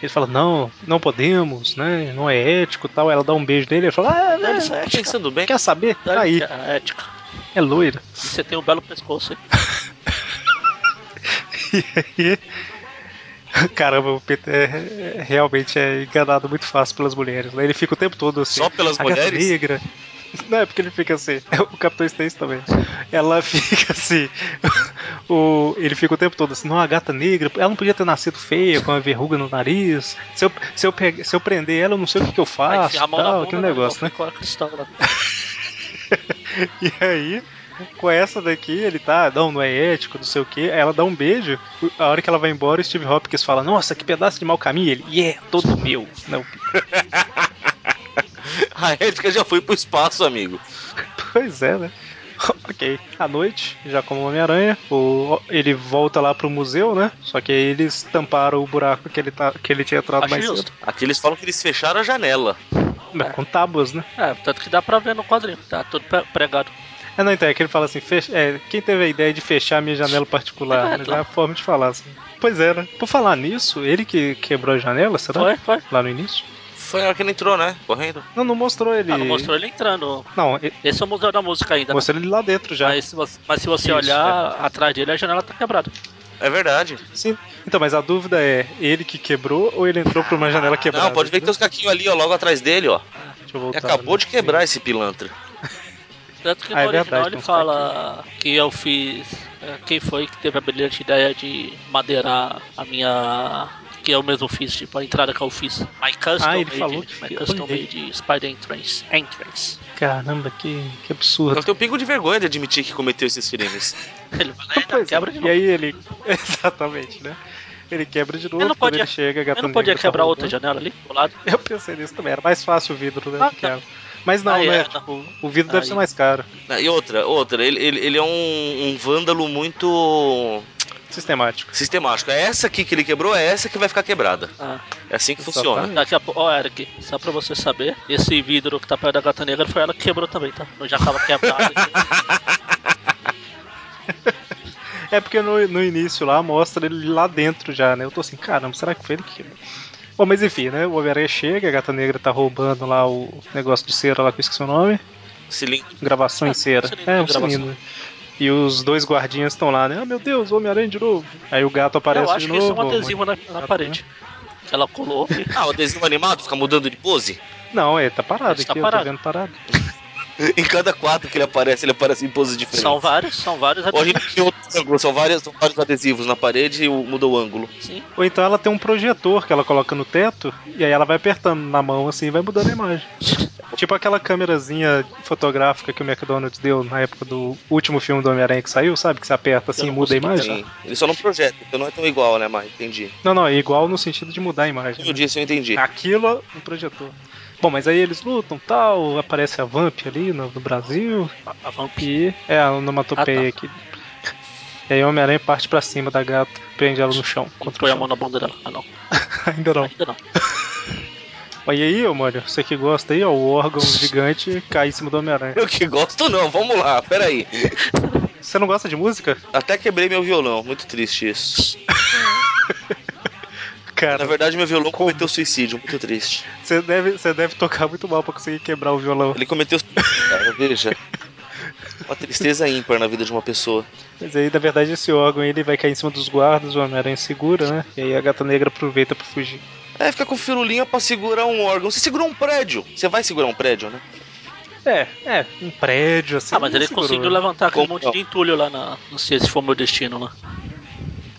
Ele fala, não, não podemos, né? Não é ético e tal. Ela dá um beijo nele e fala, ah, Dá né? licença, ética. Pensando bem, quer saber? Tá aí, Dá licença, ética. é loira. Você tem um belo pescoço, hein? E aí, caramba, o Peter é- é- realmente é enganado muito fácil pelas mulheres. Né? Ele fica o tempo todo assim. Só pelas "A gata mulheres?" negra. Não, é porque ele fica assim. O Capitão Stacy também. Ela fica assim. O, ele fica o tempo todo assim, não, a gata negra, ela não podia ter nascido feia, com uma verruga no nariz. Se eu, se eu, pe- se eu prender ela, eu não sei o que, que eu Vai faço. enfiar a mão na tal, bunda, aquele né? negócio, né? Igual ficou a Cristal lá. E aí, com essa daqui, ele tá, não, não é ético, não sei o que. Ela dá um beijo. A hora que ela vai embora, o Steve Hopkins fala: Nossa, que pedaço de mau caminho. Ele, yeah, todo meu. Não, a ética é, já foi pro espaço, amigo. pois é, né? ok. À noite, já como Homem-Aranha, o- ele volta lá pro museu, né? Só que aí eles tamparam o buraco que ele, tá, que ele tinha entrado Acho mais cedo. justo. Aqui eles falam que eles fecharam a janela. Mas Com tábuas, né? É, tanto que dá pra ver no quadrinho. Tá tudo pe- pregado. Ah, não, então, é que ele fala assim, fecha, é, quem teve a ideia de fechar a minha janela particular? É, Mas é a forma de falar, assim. Pois é, né? Por falar nisso, ele que quebrou a janela, será? Foi, foi. Lá no início? Foi a hora que ele entrou, né? Correndo. Não, não mostrou ele. Ah, não mostrou ele entrando. Não, e- Esse é o Museu da Música ainda. mostrou ele lá dentro já. Mas se você, mas se você Isso, é. olhar atrás dele, a janela tá quebrada. É verdade. Sim. Então, mas a dúvida é, ele que quebrou ou ele entrou por uma janela quebrada? né? Não, pode ver que tem os caquinhos ali, ó, logo atrás dele, ó. Deixa eu voltar, Ele acabou né? de quebrar esse pilantra. Tanto que no Ah, é original verdade, ele tem uns fala que eu fiz. é, Quem foi que teve a brilhante ideia de madeirar a minha. Que eu mesmo fiz, tipo, a entrada que eu fiz. My custom Ah, ele made, falou que my fez. custom Olha aí. made Spider Entrance. Entrance. Caramba, que, que Eu absurdo. tenho um pingo de vergonha de admitir que cometeu esses crimes. Ele vai lá e dá Pois é, quebra de E novo. aí ele... Exatamente, né? Ele quebra de novo, Ele não quando podia- ele chega, a gata Eu não podia negra tá quebrar outra voltando. janela ali do lado. Eu pensei nisso também, era mais fácil o vidro, né? Ah, do que ela. Mas não, Ah, é, né? não. Tipo, o vidro deve Aí. ser mais caro. Ah, E outra, outra, ele, ele, ele é um, um vândalo muito Sistemático. sistemático. É essa aqui que ele quebrou, é essa que vai ficar quebrada. Ah. É assim que funciona. Exatamente. Tá? Daqui a pouco, ó, Eric, só pra você saber, esse vidro que tá perto da gata negra foi ela que quebrou também, tá? Eu já tava quebrado. É porque no, no início lá mostra ele lá dentro já, né? Eu tô assim, caramba, será que foi ele que quebrou? Bom, mas enfim, né? O Homem-Aranha chega, a gata negra tá roubando lá o negócio de cera lá que eu esqueci o nome. Cilindro. Gravação Ah, em cera. cilindro É, de um gravação. cilindro. E os dois guardinhas estão lá, né? Ah, meu Deus, o Homem-Aranha de novo. Aí o gato aparece Eu acho de que isso é novo. um adesivo na, na Gato, parede. Ela colou e Ah, o adesivo animado fica mudando de pose. Não, ele tá parado Ele tá aqui, eu parado. tô vendo parado. em cada quadro que ele aparece, ele aparece em poses diferentes. são vários, são vários Hoje adesivos. tem outro ângulo, são, várias, são vários adesivos na parede e o- muda o ângulo. Sim. Ou então ela tem um projetor que ela coloca no teto e aí ela vai apertando na mão assim e vai mudando a imagem. Tipo aquela câmerazinha fotográfica que o McDonald's deu na época do último filme do Homem-Aranha que saiu, sabe? Que você aperta assim Eu e não muda a consegui imagem. Sim. Ele só não projeta, então não é tão igual, né, Mai? Entendi. Não, não, é igual no sentido de mudar a Como eu imagem. Né? disse, eu entendi. Aquilo, um projetor. Bom, mas aí eles lutam tal, aparece a Vamp ali no, no Brasil. A, a Vamp. E é a onomatopeia Ah, tá. aqui. E aí o Homem-Aranha parte pra cima da gata, prende ela no chão. Contra o Põe a chão. mão na bunda dela. Ah, não. Ainda não. Ainda não. Mas e aí, ô Mônio, você que gosta aí, ó, o órgão gigante cai em cima do Homem-Aranha. Eu que gosto não, vamos lá, peraí. Você não gosta de música? Até quebrei meu violão, muito triste isso. Na Cara, verdade, meu violão cometeu suicídio, muito triste. você deve, você deve tocar muito mal pra conseguir quebrar o violão. Ele cometeu. Cara, veja. Uma tristeza ímpar na vida de uma pessoa. Mas aí, na verdade, esse órgão ele vai cair em cima dos guardas, o Homem-Aranha segura, né? E aí a gata negra aproveita pra fugir. É, fica com firulinha pra segurar um órgão. Você segurou um prédio. Você vai segurar um prédio, né? É, é, um prédio assim. Ah, mas ele segurou. conseguiu levantar aquele Como monte de entulho lá na. Não sei se foi meu destino lá.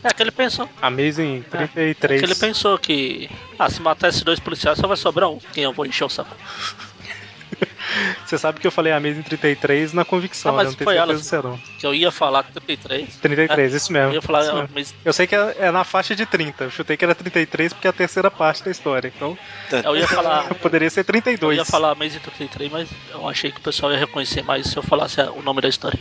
É que ele pensou. Amazing É 33. que ele pensou que. Ah, se matar esses dois policiais só vai sobrar um. Quem eu vou encher o saco. Você sabe que eu falei Amazing 33 na convicção, Ah, mas né? Não tem foi ela, certeza se é não. Que eu ia falar 33. 33, isso mesmo. Eu ia falar, isso ah, mesmo. mas Eu sei que é é na faixa de 30. Eu chutei que era 33 porque é a terceira parte da história. Então, eu ia falar. poderia ser Eu 32. ia falar mês de 33, mas eu achei que o pessoal ia reconhecer mais se eu falasse a- o nome da história.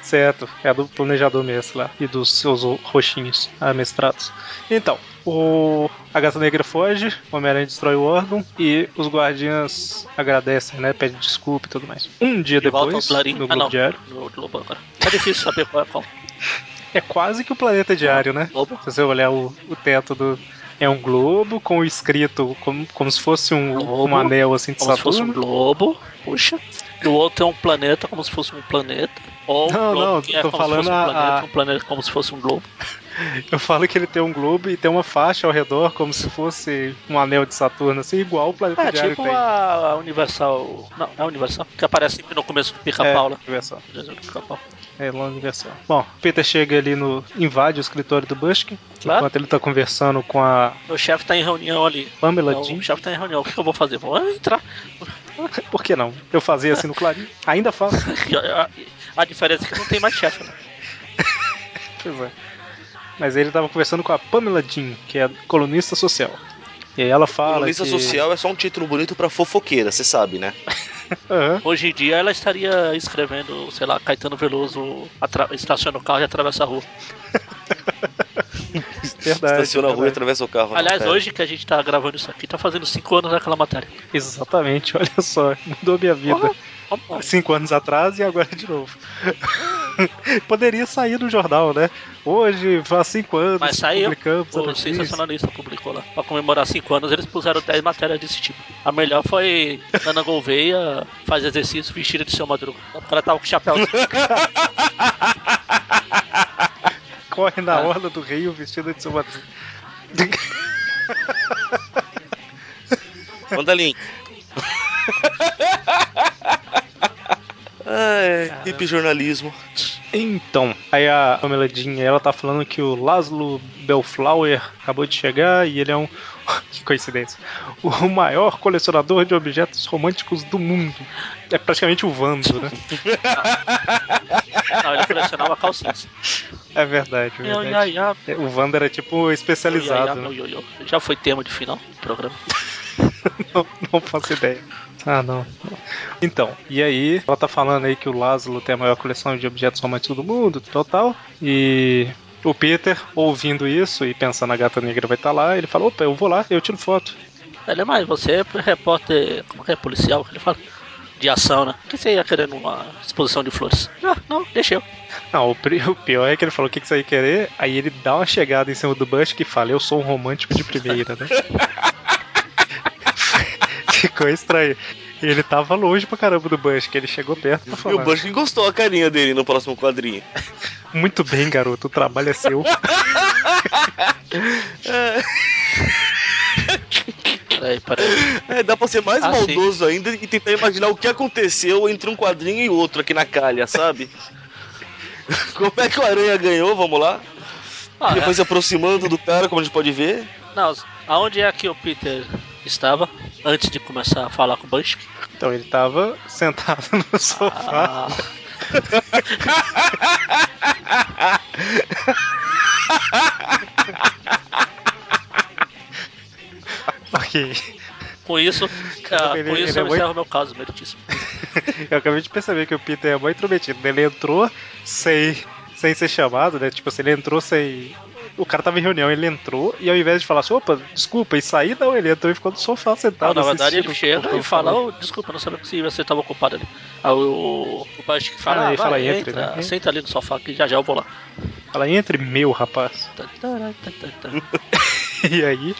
Certo, é do planejador mesmo lá e dos seus roxinhos amestrados. Então, o... a gata negra foge, o Homem-Aranha destrói o órgão e os guardiãs agradecem, né? Pedem desculpa e tudo mais. Um dia De volta ao depois, Clarim. no Ah, Globo não. Diário, No Globo agora. É difícil saber qual é qual. é quase que o planeta diário, né? Globo. Se você olhar o, o teto do. É um globo com o escrito como, como se fosse um, É Globo, um anel assim de Como se fosse um Saturno. globo. Puxa. Do outro é um planeta, como se fosse um planeta. Ou um Não, globo não, que é tô como se fosse falando um a- planeta, a- um planeta como se fosse um globo. Eu falo que ele tem um globo e tem uma faixa ao redor, como se fosse um anel de Saturno, assim, igual o planeta É, diário tipo tem. a Universal. Não, é a Universal. Que aparece sempre no começo do Pica-Pau lá. É, universal. Jesus, Pica-Pau. É, lá no universal. Bom, Peter chega ali no. invade o escritório do Bushkin, Claro. enquanto ele tá conversando com a Meu chefe tá em reunião ali. Pamela Não, Jean. O chefe tá em reunião. O que que eu vou fazer? Vou entrar. Por que não? Eu fazia assim no Clarim. Ainda faço. A, a diferença é que não tem mais chefe, né? Pois é. Mas ele tava conversando com a Pamela Jean, que é colunista social. E aí ela fala. Colunista que... social é só um título bonito pra fofoqueira, você sabe, né? Aham. Hoje em dia ela estaria escrevendo, sei lá, Caetano Veloso atra- estaciona o carro e atravessa a rua. Verdade, Estaciona a rua verdade. e atravessa o carro. né? não, Aliás, cara. hoje que a gente tá gravando isso aqui, tá fazendo 5 anos daquela matéria. Exatamente, olha só. Mudou minha vida. Porra, vamos lá. cinco anos atrás e agora de novo. Poderia sair no jornal, né? Hoje, faz cinco anos, Mas saiu. publicamos a O notícia. sensacionalista publicou lá. Pra comemorar 5 anos, eles puseram 10 matérias desse tipo. A melhor foi Ana Gouveia faz exercício vestida de seu madruga. O cara tava com chapéuzinho. corre na Ah. orla do rio vestida de sua Manda link. Ai, hip jornalismo. Então, aí a Pamela Jean, ela tá falando que o Laszlo Bellflower acabou de chegar e ele é um. que coincidência. O maior colecionador de objetos românticos do mundo. É praticamente o Vando, né? Não, ele colecionava calcinhas. É verdade, é Meu, verdade. ia, ia, É, O Vando era tipo meu, ia, ia, especializado, né? meu, ia, ia. Já foi tema de final do programa. não, não faço ideia. Ah, não. Então, e aí, ela tá falando aí que o Lázaro tem a maior coleção de objetos românticos do mundo, tal, tal. E o Peter, ouvindo isso e pensando a gata negra vai estar lá, ele fala: opa, eu vou lá, eu tiro foto. Ele, mas você é repórter. Como que é policial? que Ele fala. De ação, né? Por que você ia querendo uma exposição de flores? Ah, não, deixa eu. Não, o, pri- o pior é que ele falou: o que, que você ia querer? Aí ele dá uma chegada em cima do Bush que fala: eu sou um romântico de primeira, né? Ficou estranho. Ele tava longe pra caramba do Bush, que ele chegou perto pra E o falar. Bushkin gostou a carinha dele no próximo quadrinho. Muito bem, garoto, o trabalho é seu. Peraí, peraí. É, dá pra ser mais Ah, maldoso ainda e tentar imaginar o que aconteceu entre um quadrinho e outro aqui na calha, sabe? Como é que o Aranha ganhou, vamos lá? Ah, Depois se aproximando do cara, como a gente pode ver. Não, aonde é que o Peter estava antes de começar a falar com o Bush? Então ele tava sentado no sofá. Ah, Ok. com isso, Ah, Ele- por isso ele é eu muito- encerro meu caso, meritíssimo. Eu acabei de perceber que o Peter é muito intrometido. Ele entrou sem, sem ser chamado, né? Tipo assim, ele entrou sem. O cara tava em reunião, ele entrou e ao invés de falar assim, opa, desculpa, e sair, não, ele entrou e ficou no sofá Não, sentado. Então, na assistindo verdade ele o chega povo e fala, falando. "Ô, desculpa, não sabia que você- você estava ocupado ali. Aí o, o Baixo que Ah, fala, ah, ele vai, fala, "Entre, entra, né? senta ali no sofá que já já eu vou lá. Fala, entre meu, rapaz. Tá, tá, tá, tá, tá. E aí,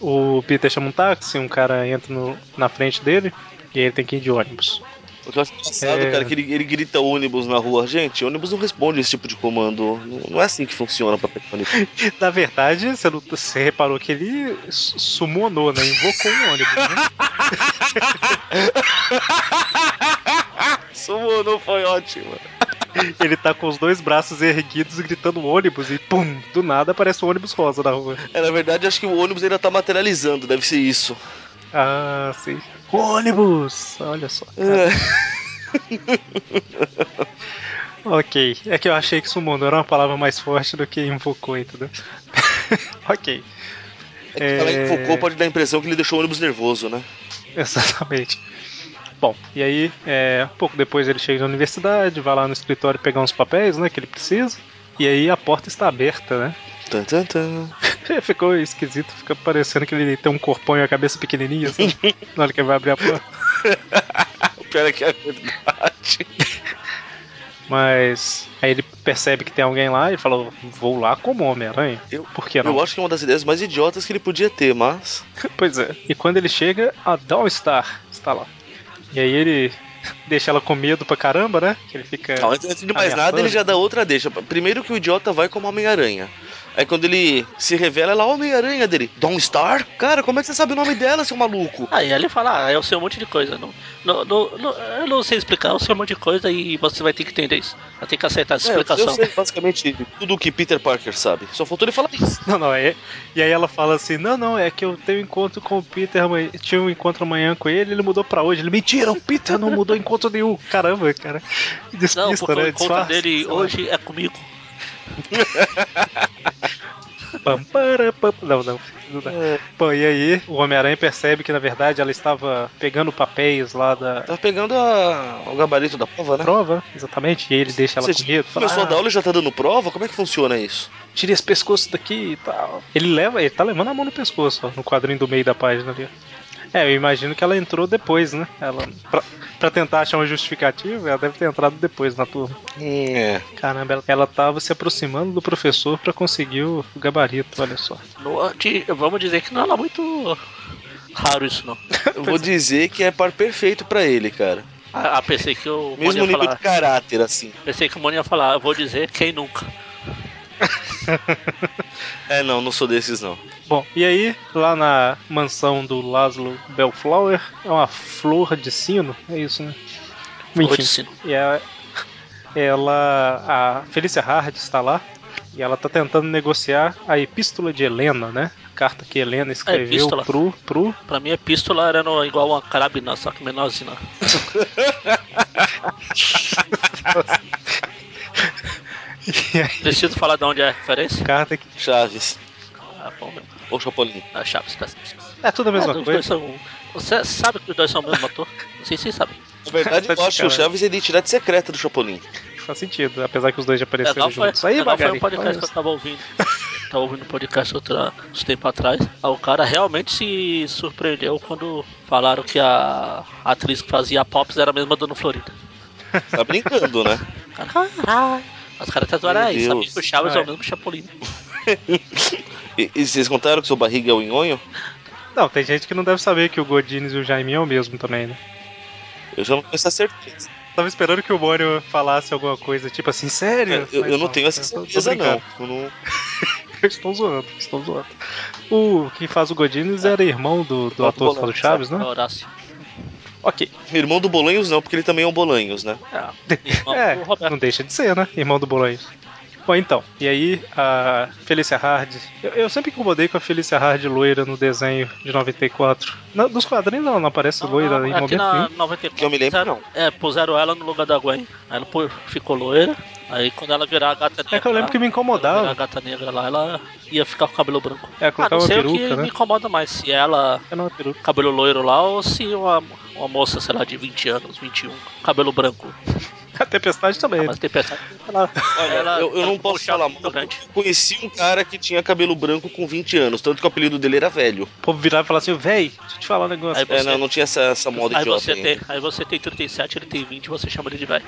o Peter chama um táxi, um cara entra no- na frente dele e ele tem que ir de ônibus. O que eu acho engraçado, É. cara, que ele, ele grita ônibus na rua. Gente, ônibus não responde esse tipo de comando. Não, não é assim que funciona pra pegar ônibus. Na verdade, você, não- você reparou que ele su- sumonou, né? Invocou um ônibus, né? Sumou, não foi ótimo. Ele tá com os dois braços erguidos gritando um ônibus e pum, do nada aparece um ônibus rosa na rua. É, na verdade, acho que o ônibus ainda tá materializando, deve ser isso. Ah, sim. Ônibus! Olha só. É. Ok. É que eu achei que sumonou era uma palavra mais forte do que invocou, entendeu? ok. É que falar É. em focou pode dar a impressão que ele deixou o ônibus nervoso, né? Exatamente. Bom, e aí, é, pouco depois ele chega na universidade, vai lá no escritório pegar uns papéis, né, que ele precisa. E aí a porta está aberta, né? Tan, tan, tan. Ficou esquisito, fica parecendo que ele tem um corpão e a cabeça pequenininha, sabe? na hora que ele vai abrir a porta. O pior é que é verdade. Mas aí ele percebe que tem alguém lá e fala: Vou lá como Homem-Aranha. Eu- Por que não? Eu acho que é uma das ideias mais idiotas que ele podia ter, mas. Pois é. E quando ele chega, a Dawnstar está lá. E aí ele deixa ela com medo pra caramba, né? Que ele fica. é- Não, antes, antes de mais nada, ele já dá outra deixa. Primeiro que o idiota vai como Homem-Aranha. Aí quando ele se revela, ela, Homem-Aranha dele, Dawn Star? Cara, como é que você sabe o nome dela, seu maluco? Aí ele fala, ah, eu sei um monte de coisa. Não, não, não- não- eu não sei explicar, eu sei um monte de coisa e você vai ter que entender isso. Vai ter que aceitar essa É, eu explicação. sei basicamente tudo o que Peter Parker sabe. Só faltou ele falar isso. Não, não, é. E aí ela fala assim: Não, não, é que eu tenho encontro com o Peter amanhã. Tinha um encontro amanhã com ele, ele mudou pra hoje. Ele, mentira, o Peter não mudou encontro nenhum. Caramba, cara. Despista, não, porque é né? o encontro Disfarça, dele sei lá. hoje é comigo. Pam, para, pam. Não, não. não dá. É, Bom, e aí o Homem-Aranha percebe que na verdade ela estava pegando papéis lá da tá pegando a- o gabarito da prova, né? prova, exatamente, e ele deixa ela Você com medo, fala, Começou a dar ah, aula e já tá dando prova? Como é que funciona isso? tira esse pescoço daqui e tal. Ele leva, ele tá levando a mão no pescoço, ó, no quadrinho do meio da página ali. ó. É, eu imagino que ela entrou depois, né? Ela, pra, pra tentar achar uma justificativa, ela deve ter entrado depois na turma. É. Caramba, ela, ela tava se aproximando do professor pra conseguir o gabarito, olha só. No- de- vamos dizer que não é lá muito raro isso, não. Eu vou dizer que é par perfeito pra ele, cara. Ah, ah, pensei que o Moni ia Mesmo nível falar. de caráter, assim. Pensei que o Moni ia falar, eu vou dizer quem nunca. É, não, não sou desses, não. Bom, e aí, lá na mansão do Laszlo Bellflower, é uma flor de sino, é isso, né? Vou Enfim, dizer. e ela, ela- a Felícia Hard está lá e ela está tentando negociar a epístola de Helena, né? A carta que Helena escreveu epístola. pro, pro. Pra mim, epístola era no- igual uma carabina, só que menorzinha. E aí, Preciso falar de onde é a referência? carta que. Chaves. Ah, bom mesmo. Ou Chapolin. Ah, Chaves, tá. É tudo a mesma Ah, os dois coisa. são- Você sabe que os dois são o mesmo ator? Não sei se você sabe. Na verdade, eu acho que o Cara. Chaves é a identidade secreta do Chapolin. Faz sentido, apesar que os dois já apareceram Legal É, foi, juntos. Aí, legal foi Magari, um podcast que eu tava ouvindo. tava ouvindo um podcast outra, uns tempos atrás. Aí o cara realmente se surpreendeu quando falaram que a atriz que fazia a Pops era a mesma dona Florinda. Tá brincando, né? O cara, Caralho. Os caras tatuaram Meu aí, sabia Deus. que o Chaves é Ah, é. o mesmo Chapolin. E, e vocês contaram que sua barriga é o nhonho? não, tem gente que não deve saber que o Godines e o Jaiminho é o mesmo também, né? Eu já não tenho essa certeza. Tava esperando que o Mônio falasse alguma coisa, tipo assim, sério? Cara, É, eu, Mas eu não tenho essa eu tô- tô certeza, brincando. não. Eu não. Eu estou zoando, estou zoando. O que faz o É. Godines era irmão do, do Ah, ator que do faz o Chaves, né? É, Horácio. Ok. Irmão do Bolanhos, não, porque ele também é um Bolanhos, né? É, irmão É, do Roberto. não deixa de ser, né? Irmão do Bolanhos. Bom, então, e aí a Felicia Hard. Eu, eu sempre incomodei com a Felicia Hard loira no desenho de 94. Na, nos quadrinhos não, não aparece loira em aqui momento é na nenhum. 94. Que eu me lembro, puseram- É, puseram ela no lugar da Gwen. Aí ela pô- ficou loira. Aí quando ela virar a gata negra. É que eu lembro que me quando ela incomodava. virar a gata negra lá, ela ia ficar com o cabelo branco. É, colocar ah, não uma sei o peruca, que né? me incomoda mais, se ela É não, uma peruca. cabelo loiro lá ou se uma, uma moça, sei lá, de 20 anos, 21, cabelo branco. Tá, A tempestade também. Ah, Mas tem pensado que ela, Olha, ela eu, eu não posso puxava falar muito muito grande. porque eu conheci um cara que tinha cabelo branco com 20 anos, tanto que o apelido dele era velho. O povo virava e falava assim, véi, deixa eu te falar um negócio. Aí É, você- não, não tinha essa, essa moda Aí idiota você, ainda. tem, aí você tem 37, ele tem 20, você chama ele de velho.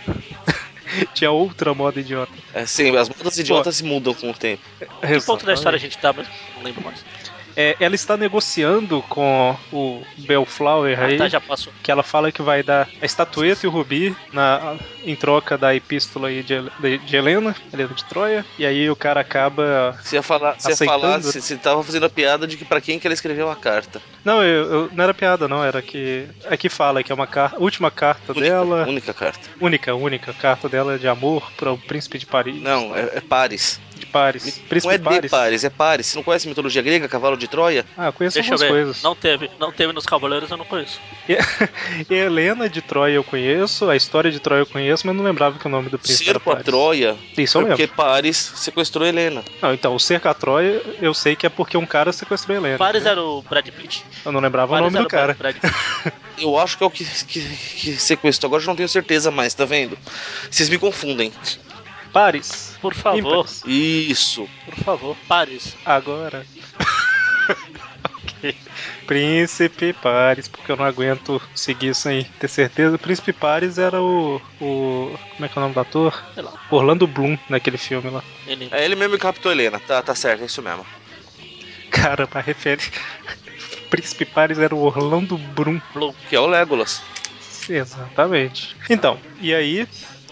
Tinha outra moda idiota. É, sim, as modas idiotas se mudam com o tempo. Que ponto da história a gente tá, mas não lembro mais. É, ela está negociando com o Bellflower É aí. Ah, tá, já passou. que ela fala que vai dar a estatueta e o rubi na, em troca da epístola aí de, de, de Helena, Helena de Troia, e aí o cara acaba. Você ia falar, você, ia Aceitando. falar você, você tava fazendo a piada de que pra quem que ela escreveu a carta. Não, eu, eu- não era piada, não, era que. É que fala que é uma car... última carta Única, dela. única carta. Única, única carta dela de amor para o príncipe de Paris. Não, é, é Paris. De Paris. Príncipe não é de de Paris? Paris, é Paris. Você não conhece a mitologia grega, cavalo de Troia? Ah, eu conheço Deixa eu algumas ver. coisas. Não teve, não teve nos Cavaleiros, eu não conheço. E Helena de Troia eu conheço, a história de Troia eu conheço, mas não lembrava que o nome do príncipe era Cerco a Paris. Troia. Isso eu é lembro. porque Paris sequestrou Helena. Não, então, o cerco a Troia eu sei que é porque um cara sequestrou Helena. Paris era o Brad Pitt. Eu não lembrava Paris o nome era do cara. Brad Pitt. Eu acho que é o que, que, que sequestrou. Agora eu não tenho certeza mais, tá vendo? Vocês me confundem. Paris. Por favor, Ímpares. Isso. por favor, Paris. Agora. Ok. Príncipe Paris, porque eu não aguento seguir sem ter certeza. Príncipe Paris era o, o. Como é que é o nome do ator? Sei lá, Orlando Bloom naquele filme lá. ele. É ele mesmo que captou Helena. Tá, tá certo, é isso mesmo. Caramba, referência. Príncipe Paris era o Orlando Bloom. Blue. Que é o Legolas. Exatamente. Então, e aí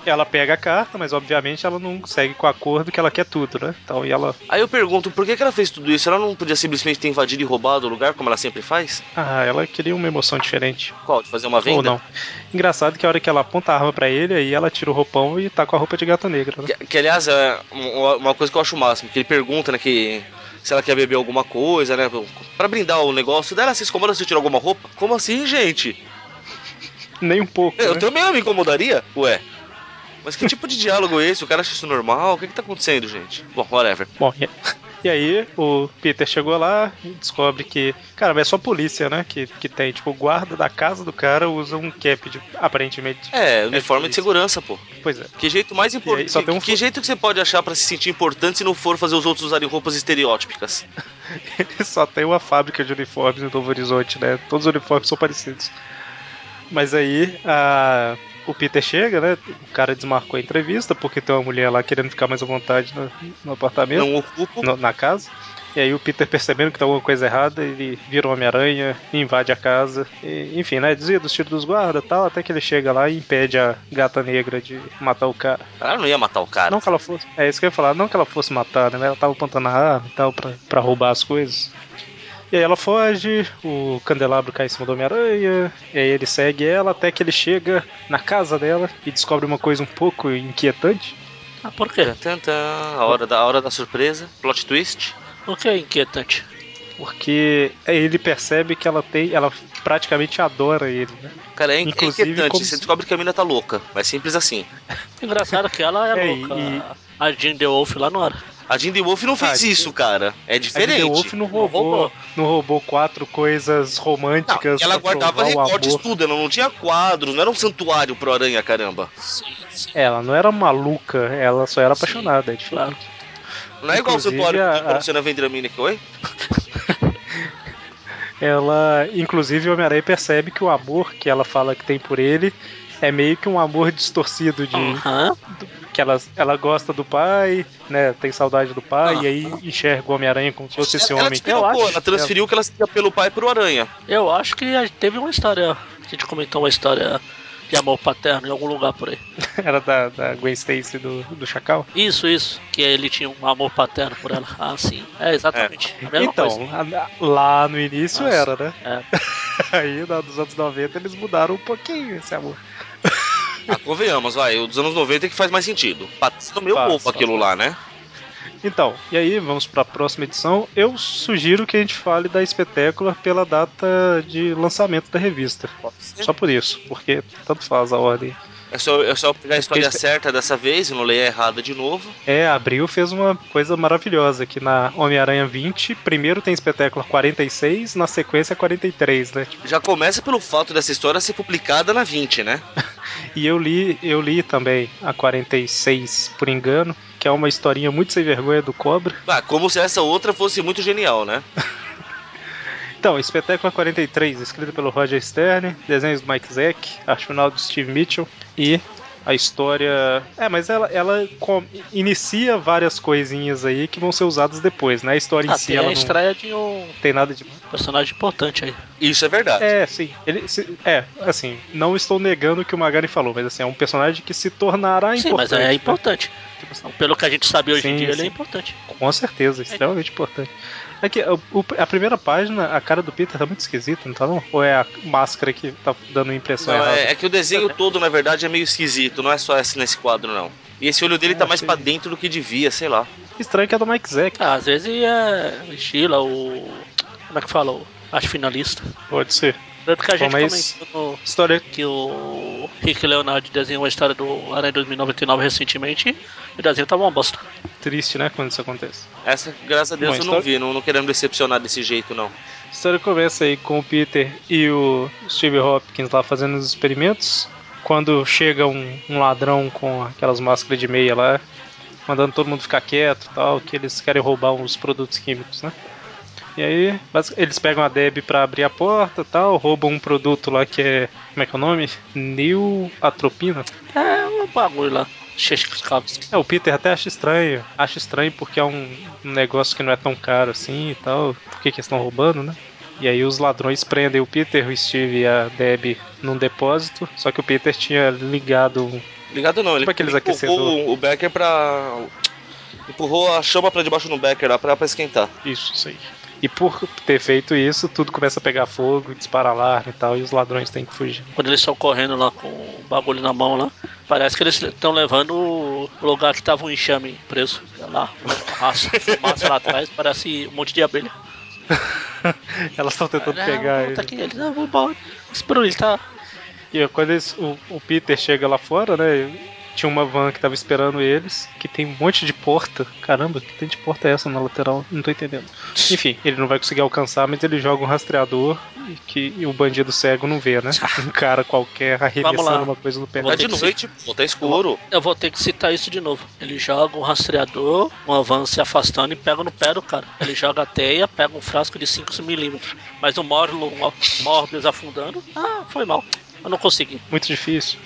ela pega a carta, mas obviamente ela não segue com o acordo que ela quer tudo, né? Então, e ela. Aí eu pergunto, por que, que ela fez tudo isso? Ela não podia simplesmente ter invadido e roubado o lugar, como ela sempre faz? Ah, ela queria uma emoção diferente. Qual? De fazer uma venda? Ou não. Engraçado que a hora que ela aponta a arma pra ele, aí ela tira o roupão e tá com a roupa de gata negra, né? Que, que, aliás, é uma uma coisa que eu acho o máximo, que ele pergunta, né, que se ela quer beber alguma coisa, né, pra brindar o negócio dela, se incomoda se eu tirar alguma roupa? Como assim, gente? Nem um pouco, Eu né? também me incomodaria? Ué. Mas que tipo de diálogo é esse? O cara acha isso normal? O que que tá acontecendo, gente? Bom, whatever. Bom, e- e aí o Peter chegou lá e descobre que, cara, mas é só a polícia, né? Que, que tem, tipo, o guarda da casa do cara usa um cap, de, aparentemente. É, uniforme de difícil. segurança, pô. Pois é. Que jeito mais E aí, só importante. tem um Que jeito que você pode achar pra se sentir importante se não for fazer os outros usarem roupas estereótipicas? Ele só tem uma fábrica de uniformes em Novo Horizonte, né? Todos os uniformes são parecidos. Mas aí a- o Peter chega, né? O cara desmarcou a entrevista porque tem uma mulher lá querendo ficar mais à vontade no, no apartamento. Não ocupo. no- na casa. E aí o Peter percebendo que tá alguma coisa errada, ele vira o Homem-Aranha, invade a casa, e, enfim, né? Desvia dos tiros dos guardas e tal, até que ele chega lá e impede a gata negra de matar o cara. Ela Ah, não ia matar o cara. Não que ela fosse. É isso que eu ia falar, não que ela fosse matar, né? mas Ela tava apontando a arma e tal pra, pra roubar as coisas. E aí ela foge, o candelabro cai em cima do Homem-Aranha, e aí ele segue ela até que ele chega na casa dela e descobre uma coisa um pouco inquietante. Ah, por quê? Tantã, a hora da, a hora da surpresa, plot twist. Por que é inquietante? Porque ele percebe que ela tem. Ela praticamente adora ele, né? Cara, é in- é Inclusive, inquietante. como Você se- descobre que a mina tá louca. Mas simples assim. Engraçado que ela é, É, louca. e- A Jean The Wolf lá não era. A Jindy Wolf não fez Ah, isso, cara. É A diferente. The Wolf não roubou, não roubou. roubou. quatro coisas Não, românticas. ela pra guardava provar o recortes, amor. tudo. Ela não tinha quadros, não era um santuário pro aranha, caramba. Sim, sim. Ela não era maluca, ela só era apaixonada, é Claro. diferente. Não é igual o Inclusive, santuário a- que a Luciana Vendramini aqui, oi? Ela, inclusive, o Homem-Aranha percebe que o amor que ela fala que tem por ele é meio que um amor distorcido de Aham. que ela, ela gosta do pai, né? Tem saudade do pai, Ah. e aí enxerga o Homem-Aranha como se fosse esse ela, ela homem. te trocou, ela transferiu o que ela sentia pelo pai pro aranha. Eu acho que a- teve uma história. A gente comentou uma história de amor paterno em algum lugar por aí. Era da, da Gwen Stacy do, do Chacal. Isso, isso. Que ele tinha um amor paterno por ela. Ah, sim. É, exatamente. A mesma então, coisa. a- a- lá no início Nossa. era, né? É. Aí, na- nos anos 90, eles mudaram um pouquinho esse amor. Ah, convenhamos, vai. O dos anos 90 é que faz mais sentido. Patrícia no meu Faz, ovo faz, aquilo lá, né? Então, e aí vamos para a próxima edição. Eu sugiro que a gente fale da espetácula pela data de lançamento da revista. Só por isso, porque tanto faz a ordem. É só, é só pegar a história certa dessa vez, eu não leio a errada de novo. É, abril fez uma coisa maravilhosa, que na Homem-Aranha 20, primeiro tem espetáculo 46, na sequência 43, né? Já começa pelo fato dessa história ser publicada na 20, né? e eu li, eu li também a 46, por engano, que é uma historinha muito sem vergonha do Cobra. Ah, como se essa outra fosse muito genial, né? Então, Espetáculo 43, escrito pelo Roger Stern, desenhos do Mike Zeck, arte final do Steve Mitchell e a história. É, mas ela, ela com... inicia várias coisinhas aí que vão ser usadas depois, né? A história Ah, em si tem ela a não estreia de um tem nada de. personagem importante aí. Isso é verdade. É, sim. Ele, se- é, assim, não estou negando o que o Magari falou, mas assim, é um personagem que se tornará Sim, importante. mas é né? importante. Tipo assim, Pelo que a gente sabe hoje Sim, em dia, ele sim. é importante. Com certeza, extremamente importante. É que o- o- a primeira página, a cara do Peter tá muito esquisita, não tá não? Ou é a máscara que tá dando a impressão Não, errada? é, é que o desenho todo, na verdade, é meio esquisito, não é só esse nesse quadro, não. E esse olho dele tá Ah, mais sim. pra dentro do que devia, sei lá. Estranho que é do Mike Zack. Ah, às vezes é o Sheila, o. Como é que fala? O Acho finalista. Pode ser. Tanto que a Bom, gente mas- comentou no- História. que o Rick Leonardo desenhou a história do Aranha 2099 recentemente e o desenho tava uma bosta. Triste, né, quando isso acontece. Essa, graças a Deus, Bom, eu história- não vi, não, não querendo decepcionar desse jeito, não. A história começa aí com o Peter e o Steve Hopkins lá fazendo os experimentos. Quando chega um, um ladrão com aquelas máscaras de meia lá, mandando todo mundo ficar quieto e tal, que eles querem roubar uns produtos químicos, né? E aí, basic- eles pegam a Deb pra abrir a porta e tal, roubam um produto lá que é. Como é que é o nome? Neoatropina. É um bagulho lá. Cheio de cabos. É, o Peter até acha estranho. Acha estranho porque é um um negócio que não é tão caro assim e tal. Por que, que eles estão roubando, né? E aí os ladrões prendem o Peter, o Steve e a Deb num depósito. Só que o Peter tinha ligado um. Ligado não, ele Tipo aqueles empurrou aquecedor. o, o Becker pra. Empurrou a chama pra debaixo do Becker lá pra, pra esquentar. Isso, isso aí. E por ter feito isso, tudo começa a pegar fogo, dispara alarme e tal, e os ladrões têm que fugir. Quando eles estão correndo lá com o bagulho na mão lá, parece que eles estão levando o o lugar que tava o enxame preso. Sei lá, uma raça, fumaça lá atrás, parece um monte de abelha. Elas estão tentando Ah, pegar não, ele. tá aqui, eles, ah, vou embora. Esperou ele, tá? E aí, quando eles- o, o Peter chega lá fora, né? Tinha uma van que tava esperando eles, que tem um monte de porta. Caramba, que tem de porta é essa na lateral? Não tô entendendo. Enfim, ele não vai conseguir alcançar, mas ele joga um rastreador e que e o bandido cego não vê, né? Um cara qualquer arremessando lá. uma coisa no pé Tá Vou dele. de ter que noite, pô, tá escuro. Eu vou ter que citar isso de novo. Ele joga um rastreador, um avanço se afastando e pega no pé do cara. Ele joga a teia, pega um frasco de 5mm. Mas o Morlo, o Morbius afundando, ah, foi mal. Eu não consegui. Muito difícil.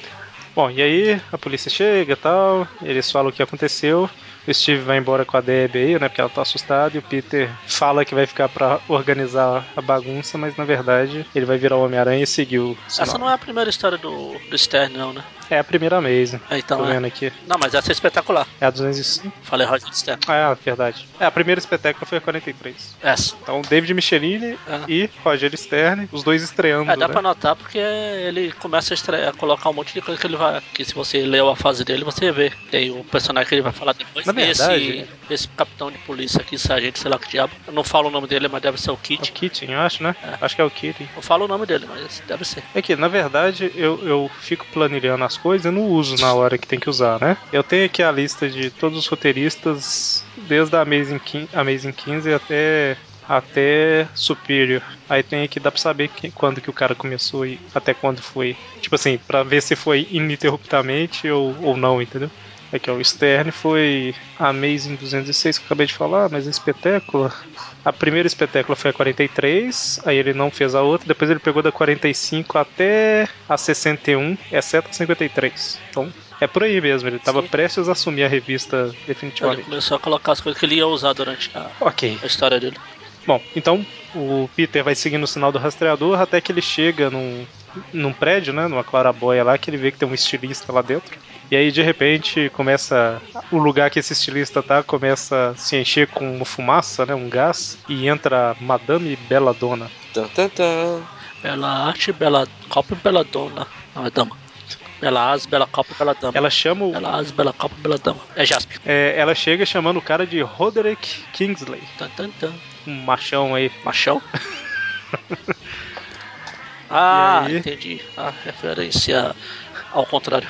Bom, e aí a polícia chega e tal, eles falam o que aconteceu. O Steve vai embora com a Deb aí, né? Porque ela tá assustada. E o Peter fala que vai ficar pra organizar a bagunça, mas na verdade ele vai virar o Homem-Aranha e seguir o. Essa não é a primeira história do, do Stern, não, né? É a primeira vez, né? Tô É, então, é. vendo aqui. Não, mas essa é espetacular. É a 205. Falei Roger Stern. Ah, é, verdade. É, a primeira espetáculo foi a 43. Essa. Então, David Michelini Ah. e Roger Stern, os dois estreando, É, dá né? pra notar porque ele começa a, estre- a colocar um monte de coisa que ele vai. Que se você leu a fase dele, você vê. Tem o personagem que ele vai falar depois. Na E verdade- esse, esse capitão de polícia aqui, sargento, sei lá que diabo. Eu não falo o nome dele, mas deve ser o É o Kit. Kitten, eu acho, né? É. Acho que é o Kitten. Não falo o nome dele, mas deve ser. É que, na verdade, eu, eu fico planilhando as coisas e não uso na hora que tem que usar, né? Eu tenho aqui a lista de todos os roteiristas, desde a Amazing, Quin- Amazing 15 até, até Superior. Aí tem aqui, dá pra saber que- quando que o cara começou e até quando foi. Tipo assim, pra ver se foi ininterruptamente ou, ou não, entendeu? Aqui, ó, É o Stern foi a Amazing 206 que eu acabei de falar, mas a espetácula. A primeira espetácula foi a 43, aí ele não fez a outra, depois ele pegou da 45 até a 61, exceto a 53. Então, é por aí mesmo, ele tava Sim. prestes a assumir a revista Então, ele definitivamente. começou a colocar as coisas que ele ia usar durante a, Ok. a história dele. Bom, então o Peter vai seguindo o sinal do rastreador até que ele chega num, num prédio, né? Numa clarabóia lá, que ele vê que tem um estilista lá dentro. E aí, de repente, começa. O lugar que esse estilista tá começa a se encher com uma fumaça, né? Um gás. E entra a Madame Belladonna. Tan, tan, tan. Bela arte, bela copa e bela dona. Não, é dama. Bela asa, bela copa, bela dama. Ela chama o, Bela asa, bela copa, bela dama. É Jasper. é, ela chega chamando o cara de Roderick Kingsley, Tan, tan, tan. um machão aí. Machão? ah, é, E aí? entendi. A referência ao contrário.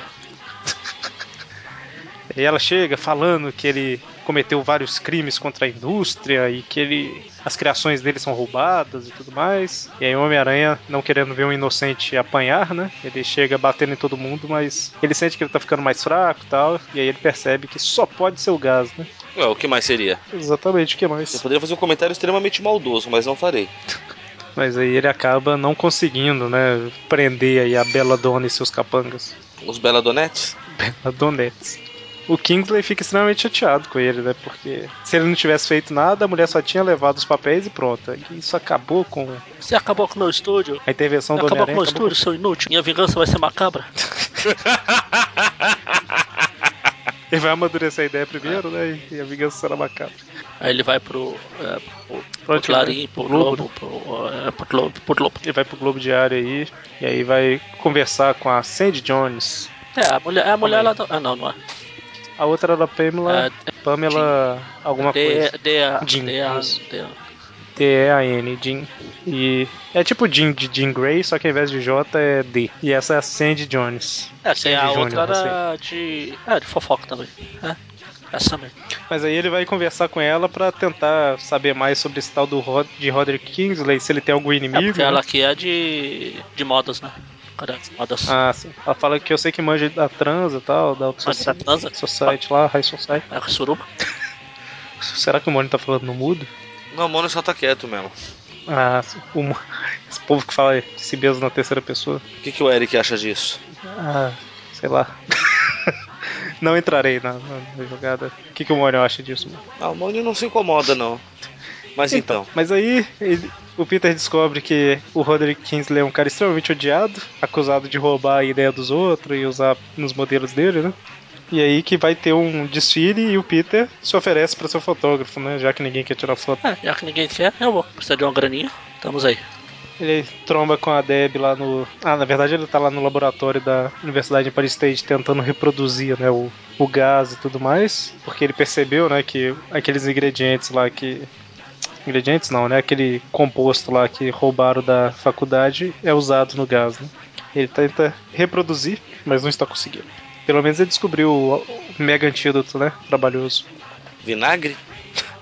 E ela chega falando que ele cometeu vários crimes contra a indústria e que ele as criações dele são roubadas e tudo mais. E aí o Homem-Aranha, não querendo ver um inocente apanhar, né? Ele chega batendo em todo mundo, mas ele sente que ele tá ficando mais fraco e tal. E aí ele percebe que só pode ser o gás, né? Ué, o que mais seria? Exatamente, o que Eu mais? poderia fazer um comentário extremamente maldoso, mas não farei. Mas aí ele acaba não conseguindo, né? Prender aí a Bela Dona e seus capangas. Os Beladonetes? a Donetes. O Kingsley fica extremamente chateado com ele, né? Porque se ele não tivesse feito nada, a mulher só tinha levado os papéis e pronto. E Isso acabou com Você acabou com o meu estúdio. a intervenção do Acabou com Homem-Aranha. o meu acabou estúdio, seu inútil. Minha vingança vai ser macabra. com- Ele vai amadurecer a ideia primeiro, né? E a vingança será macabra. Aí ele vai pro, é, pro, pro Pode Clarim, ir, né? pro Globo, Globo, pro, é, pro Globo, pro Globo. Ele vai pro Globo Diário aí, e aí vai conversar com a Sandy Jones. É, a mulher, é a mulher Calma lá do... Ah, não, não é. A outra era a Pamela. É, Pamela. alguma D, coisa. D, A, Jean, D, A, isso. D, A. T-E-A-N, Jean. E. É tipo Jean de Jean Grey, só que ao invés de J é D. E essa é a Sandy Jones. É, tem a Sandy outra Júnior, era de. É, de fofoca também. É, essa também. Mas aí ele vai conversar com ela pra tentar saber mais sobre esse tal do Rod de Roderick Kingsley, se ele tem algum É inimigo. porque ela né? aqui é de. de modas, né? Cara, de modas. Ah, sim. Ela fala que eu sei que manja da transa e tal, da alta Manja da society, transa? society lá, high society. É com suruba. Será que o Mônio tá falando no mudo? Não, o Mônio só tá quieto mesmo. Ah, sim. o Mo- esse povo que fala de si mesmo na terceira pessoa. O que, que o Eric acha disso? Ah, sei lá. Não entrarei na, na- na jogada. O que, que o Mônio acha disso, mano? Ah, o Mônio não se incomoda, não. Mas então, Mas aí ele- o Peter descobre que o Roderick Kingsley é um cara extremamente odiado, acusado de roubar a ideia dos outros e usar nos modelos dele, né? E aí que vai ter um desfile e o Peter se oferece para ser fotógrafo, né? Já que ninguém quer tirar foto. É, já que ninguém quer, eu vou. Precisa de uma graninha. Estamos aí. Ele tromba com a Deb lá no. Ah, na verdade ele tá lá no laboratório da Universidade de Paris State tentando reproduzir, né, o, o gás e tudo mais. Porque ele percebeu, né, que aqueles ingredientes lá que. Ingredientes não, né? Aquele composto lá que roubaram da faculdade é usado no gás, né? Ele tenta reproduzir, mas não está conseguindo. Pelo menos ele descobriu o o mega antídoto, né? Trabalhoso. vinagre?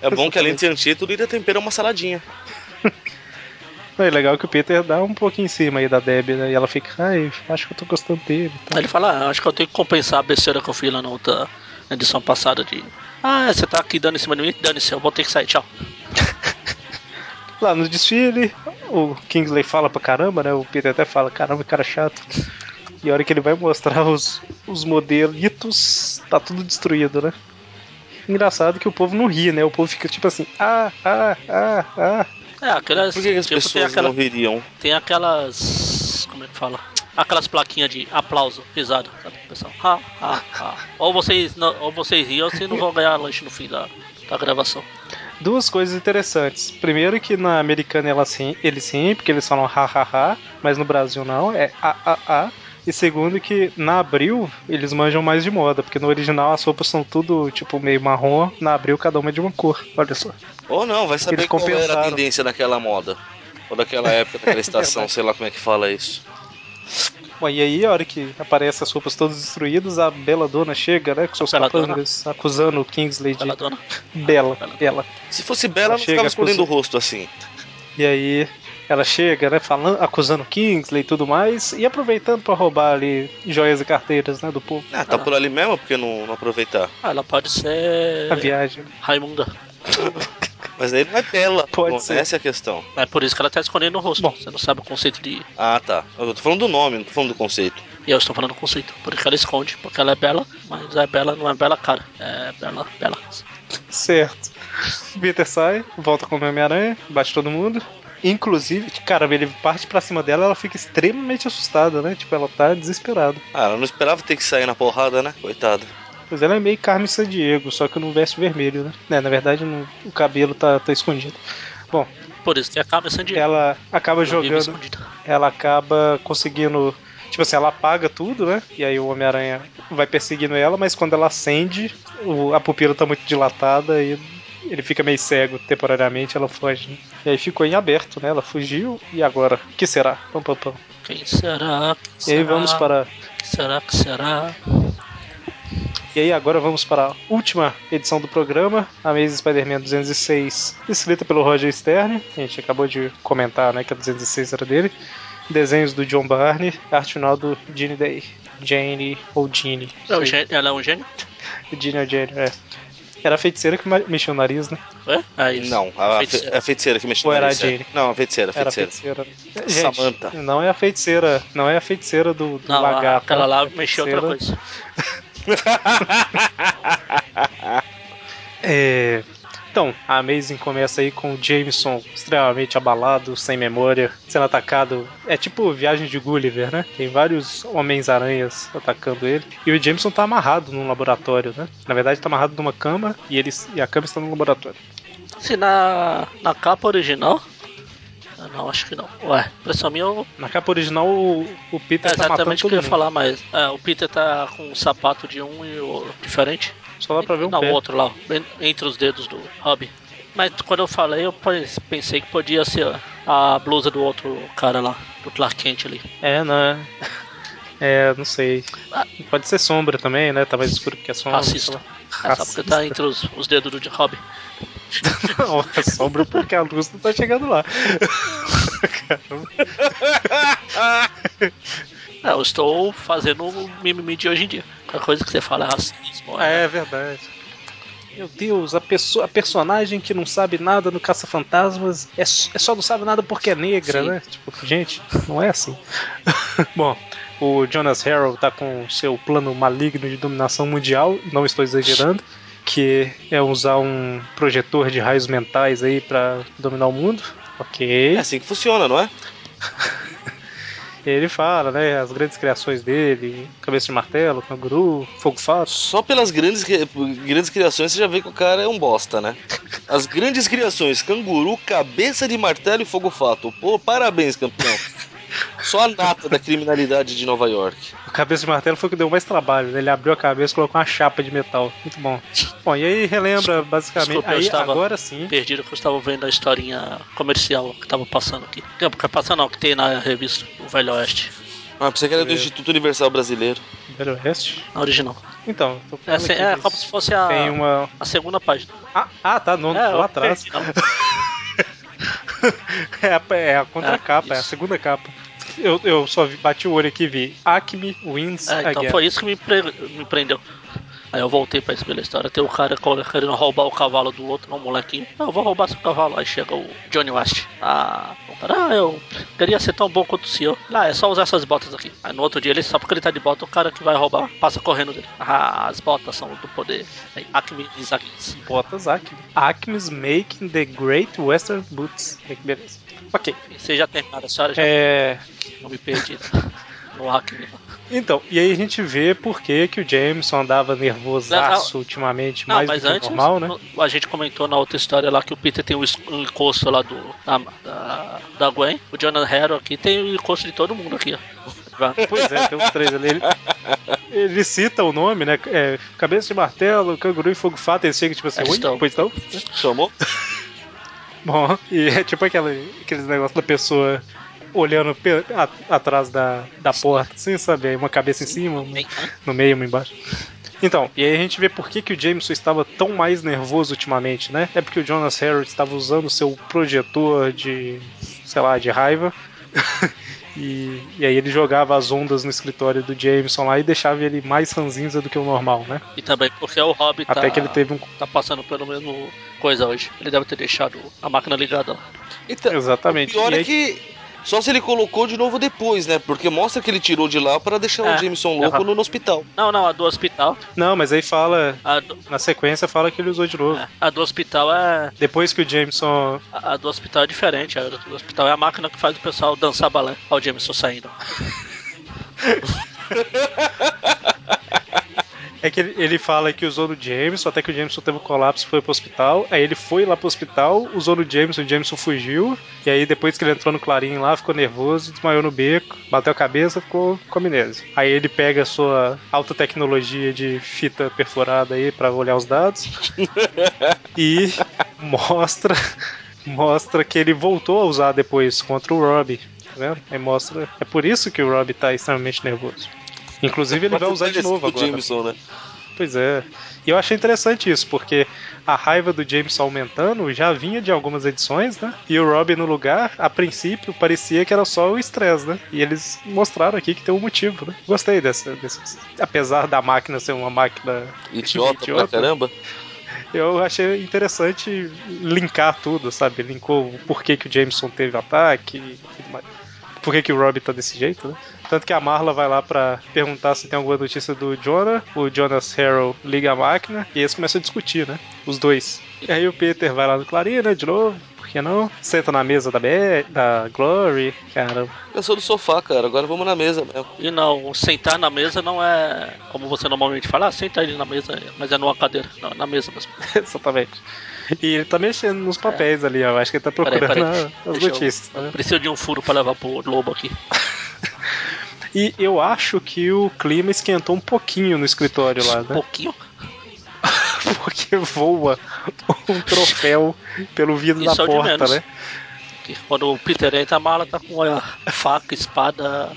É bom que além de ser antídoto, ele tempera uma saladinha. É legal que o Peter dá um pouquinho em cima aí da Deb, né? E ela fica, ai, acho que eu tô gostando dele. e tal. Aí ele fala, ah, acho que eu tenho que compensar a besteira que eu fiz lá na outra na edição passada de. Ah, você tá aqui dando em cima de mim? Dane-se, eu vou ter que sair, tchau. Lá no desfile, o Kingsley fala pra caramba, né? O Peter até fala, caramba, que cara chato. E a hora que ele vai mostrar os, os modelitos, tá tudo destruído, né? Engraçado que o povo não ri, né? O povo fica tipo assim, ah, ah, ah, ah. É, aquelas. Por que, que as tipo, tem, pessoas aquela, não ririam? tem aquelas. Como é que fala? Aquelas plaquinhas de aplauso, risada, sabe, pessoal? Ha, ha, ha. Ou vocês, não, ou vocês riem ou vocês não vão ganhar lanche no fim da, da gravação. Duas coisas interessantes. Primeiro que na americana ela sim, eles riem, porque eles falam ha, ha, ha, mas no Brasil não, é a, a, a. E segundo que na Abril eles manjam mais de moda, porque no original as roupas são tudo tipo meio marrom, na Abril cada uma é de uma cor. Olha só. Ou não, vai saber Eles qual era a compensaram. tendência daquela moda. Ou daquela época, daquela estação, sei lá como é que fala isso. Bom, e aí, a hora que aparecem as roupas todas destruídas, a Bela Dona chega, né, com seus Bela Dona. capangas, acusando o Kingsley de Bela tá dona. Bela, Bela Dona. Bela. Se fosse bela, Ela não ficava chega, escondendo o acusa- rosto assim. E aí, ela chega, né, falando, acusando o Kingsley e tudo mais, e aproveitando pra roubar ali joias e carteiras, né, do povo. Ah, tá por ali mesmo, porque não, não aproveitar. Ah, ela pode A ser. viagem. Raimunda. Mas aí não é bela. Pode Bom, ser. Essa é a questão. É por isso que ela tá escondendo o rosto. Bom. Você não sabe o conceito de. Ah, tá. Eu tô falando do nome, não tô falando do conceito. E eu estou falando do conceito. Por isso que ela esconde, porque ela é bela, mas é bela, não é bela cara. É bela, bela. Certo. O Peter sai, volta com o Homem-Aranha, bate todo mundo. Inclusive, cara, ele parte pra cima dela, ela fica extremamente assustada, né? Tipo, ela tá desesperada. Ah, ela não esperava ter que sair na porrada, né? Coitada. Pois ela é meio Carmen San Diego, só que no veste vermelho, né? É, na verdade, no- o cabelo tá, tá escondido. Bom, Por isso que acaba sendo de ela acaba ela vive Tá jogando, escondida. ela acaba conseguindo Tipo assim, ela apaga tudo, né? E aí o Homem-Aranha vai perseguindo ela, mas quando ela acende, o- a pupila tá muito dilatada e ele fica meio cego temporariamente, ela foge. né? E aí ficou em aberto, né? Ela fugiu e agora? O que será? Pam, pam, pam. Quem será? Quem E aí será? vamos para. Quem será? Quem será? E aí agora vamos para a última edição do programa, a Amazing Spider-Man 206, escrita pelo Roger Stern. A gente acabou de comentar, né, que a 206 era dele. Desenhos do John Barney, arte final do Gene Day. Jane ou Gene. É um sei. gênio- Ela é um gênio? Gene ou Jane, é. Era a feiticeira que ma- mexia o nariz, né? É? Ah, isso. Não, a, a fe- Feiticeira. a feiticeira que mexeu Ou no era nariz, a é. Jane? Não, a feiticeira, a Era a feiticeira. feiticeira. Gente, Samantha. Não é a feiticeira. Não é a feiticeira do, do Não, lagarto. aquela lá É a mexeu outra feiticeira- coisa. É, Então, a Amazing começa aí com o Jameson extremamente abalado, sem memória, sendo atacado. É tipo viagem de Gulliver, né? Tem vários homens-aranhas atacando ele. E o Jameson tá amarrado num laboratório, né? Na verdade, tá amarrado numa cama e, ele, e a cama está no laboratório. Se na, na capa original. Ah, não, acho que não. Ué, impressão minha, eu- Na capa original, o, o é Peter tá matando exatamente o todo que eu ia mundo. falar, mas é, o Peter tá com um sapato de um e o diferente. Só dá pra ver um não, pé. o outro lá, bem entre os dedos do Rob. Mas quando eu falei, eu pense- pensei que podia ser a blusa do outro cara lá, do Clark Kent ali. É, né? É, não sei. Ah. Pode ser sombra também, né? Tá mais escuro que a sombra. Racista. É, só Racista. porque tá entre os, os dedos do Rob. Não, é sombra porque a luz não tá chegando lá. É, eu estou fazendo o mimimi de hoje em dia. A coisa que você fala é racismo. É verdade. Meu Deus, a, pessoa, a personagem que não sabe nada no Caça-Fantasmas é, s- é só não sabe nada porque é negra, Sim. né? Tipo, gente, não é assim. Bom, o Jonas Harrow tá com seu plano maligno de dominação mundial, não estou exagerando, que é usar um projetor de raios mentais aí pra dominar o mundo. Ok. É assim que funciona, não é? Ele fala, né? As grandes criações dele: Cabeça de Martelo, Canguru, Fogo Fato. Só pelas grandes, cri- grandes criações você já vê que o cara é um bosta, né? As grandes criações, canguru, cabeça de martelo e fogo fato. Pô, parabéns, campeão. Só a nata da criminalidade de Nova York. O cabeça de martelo foi o que deu mais trabalho, né? Ele abriu a cabeça e colocou uma chapa de metal. Muito bom. Bom, e aí relembra basicamente. desculpa, eu aí estava- agora sim. Perdido que eu estava vendo a historinha comercial que estava passando aqui. Que que passando não, que tem na revista O Velho Oeste, Ah, pensei que era do Meu. Instituto Universal Brasileiro. Velho Oeste. na original. Então, tô É, falando assim, aqui, é mas como se fosse a, Tem uma. a segunda página. Ah, ah, tá, não, É, eu um lá atrás. perdi, não. É a, é a contracapa, é, É, a isso. segunda capa. Eu, eu só vi- bati o olho aqui e vi Acme Wins É, então Again. foi isso que me, pre- me prendeu. Aí eu voltei pra essa bela história. Tem o cara co- querendo roubar o cavalo do outro, um molequinho. Não, eu vou roubar seu cavalo. Aí chega o Johnny West. Ah, o cara, ah, eu queria ser tão bom quanto o senhor. Ah, é só usar essas botas aqui. Aí no outro dia ele, só porque ele tá de bota, o cara que vai roubar passa correndo dele. Ah, as botas são do poder. Aí, Acme Isaacins. Botas Acme. Acme's Making the Great Western Boots. Olha Que beleza. Ok. Vocês já terminaram a história? É Já É. não me perdi. No Acme. Então, e aí a gente vê por que, que o Jameson andava nervosaço ultimamente, Não, mais mas do que o antes, normal, né? no- a gente comentou na outra história lá que o Peter tem um es- um encosto lá do da, da, da Gwen. O Jonathan Harrow aqui tem o encosto de todo mundo aqui, ó. Pois é, tem os três ali. Ele, ele cita o nome, né? É, cabeça de martelo, canguru e fogo fato, ele chega tipo assim, É, oi, então. pois então. Chamou? Bom, e é tipo aquele, aqueles negócios da pessoa olhando pe- a- atrás da, da porta, sem saber, uma cabeça em cima, um uma Bem, né? no meio, uma embaixo. Então, e aí a gente vê por que, que o Jameson estava tão mais nervoso ultimamente, né? É porque o Jonas Harris estava usando seu projetor de, sei lá, de raiva. e, e aí ele jogava as ondas no escritório do Jameson lá e deixava ele mais ranzinza do que o normal, né? E também porque o Hobbit Até tá, que ele teve um. tá passando pelo mesmo coisa hoje. Ele deve ter deixado a máquina ligada lá. Então, Exatamente. pior E é aí- que só se ele colocou de novo depois, né? Porque mostra que ele tirou de lá pra deixar É. o Jameson louco Aham. no hospital. Não, não, a do hospital. Não, mas aí fala. A do, Na sequência fala que ele usou de Ah. novo. é, a do hospital é. Depois que o Jameson. A a do hospital é diferente. A do hospital é a máquina que faz o pessoal dançar balé. Olha o Jameson saindo. É que ele, ele fala que usou no Jameson, até que o Jameson teve um colapso e foi pro hospital. Aí ele foi lá pro hospital, usou no Jameson, o Jameson fugiu. E aí depois que ele entrou no clarinho lá, ficou nervoso, desmaiou no beco, bateu a cabeça, ficou com amnésia. Aí ele pega a sua alta tecnologia de fita perfurada aí pra olhar os dados. e mostra... Mostra que ele voltou a usar depois contra o Robbie. Tá vendo? Aí mostra. É por isso que o Rob tá extremamente nervoso. Inclusive, ele vai usar de novo do agora. Jameson, né? Pois é. E eu achei interessante isso, porque a raiva do Jameson aumentando já vinha de algumas edições, né? E o Rob no lugar, a princípio, parecia que era só o estresse, né? E eles mostraram aqui que tem um motivo, né? Gostei dessa. desse- Apesar da máquina ser uma máquina Idiota, pra Idiota. caramba. eu achei interessante linkar tudo, sabe? Linkou o porquê que o Jameson teve ataque e tudo mais. Por que, que o Robbie tá desse jeito, né? Tanto que a Marla vai lá pra perguntar se tem alguma notícia do Jonah. O Jonas Harrow liga a máquina e eles começam a discutir, né? Os dois. E aí o Peter vai lá no Clarim, né? De novo, por que não? Senta na mesa da, Be da Glory. Cara, Eu sou do sofá, cara. Agora vamos na mesa mesmo. E não, sentar na mesa não é como você normalmente fala, ah, senta ele na mesa, mas é numa cadeira, não, na mesa mesmo. exatamente. E ele tá mexendo nos papéis ali, ó. Acho que ele tá procurando a- as É. Deixa eu- notícias. né? Tá Preciso de um furo pra levar pro lobo aqui. E eu acho que o clima esquentou um pouquinho no escritório lá, Um né? pouquinho. Porque voa um troféu pelo vidro Isso é da o de porta, menos. né? que Quando o Peter entra, a mala tá com a faca, espada,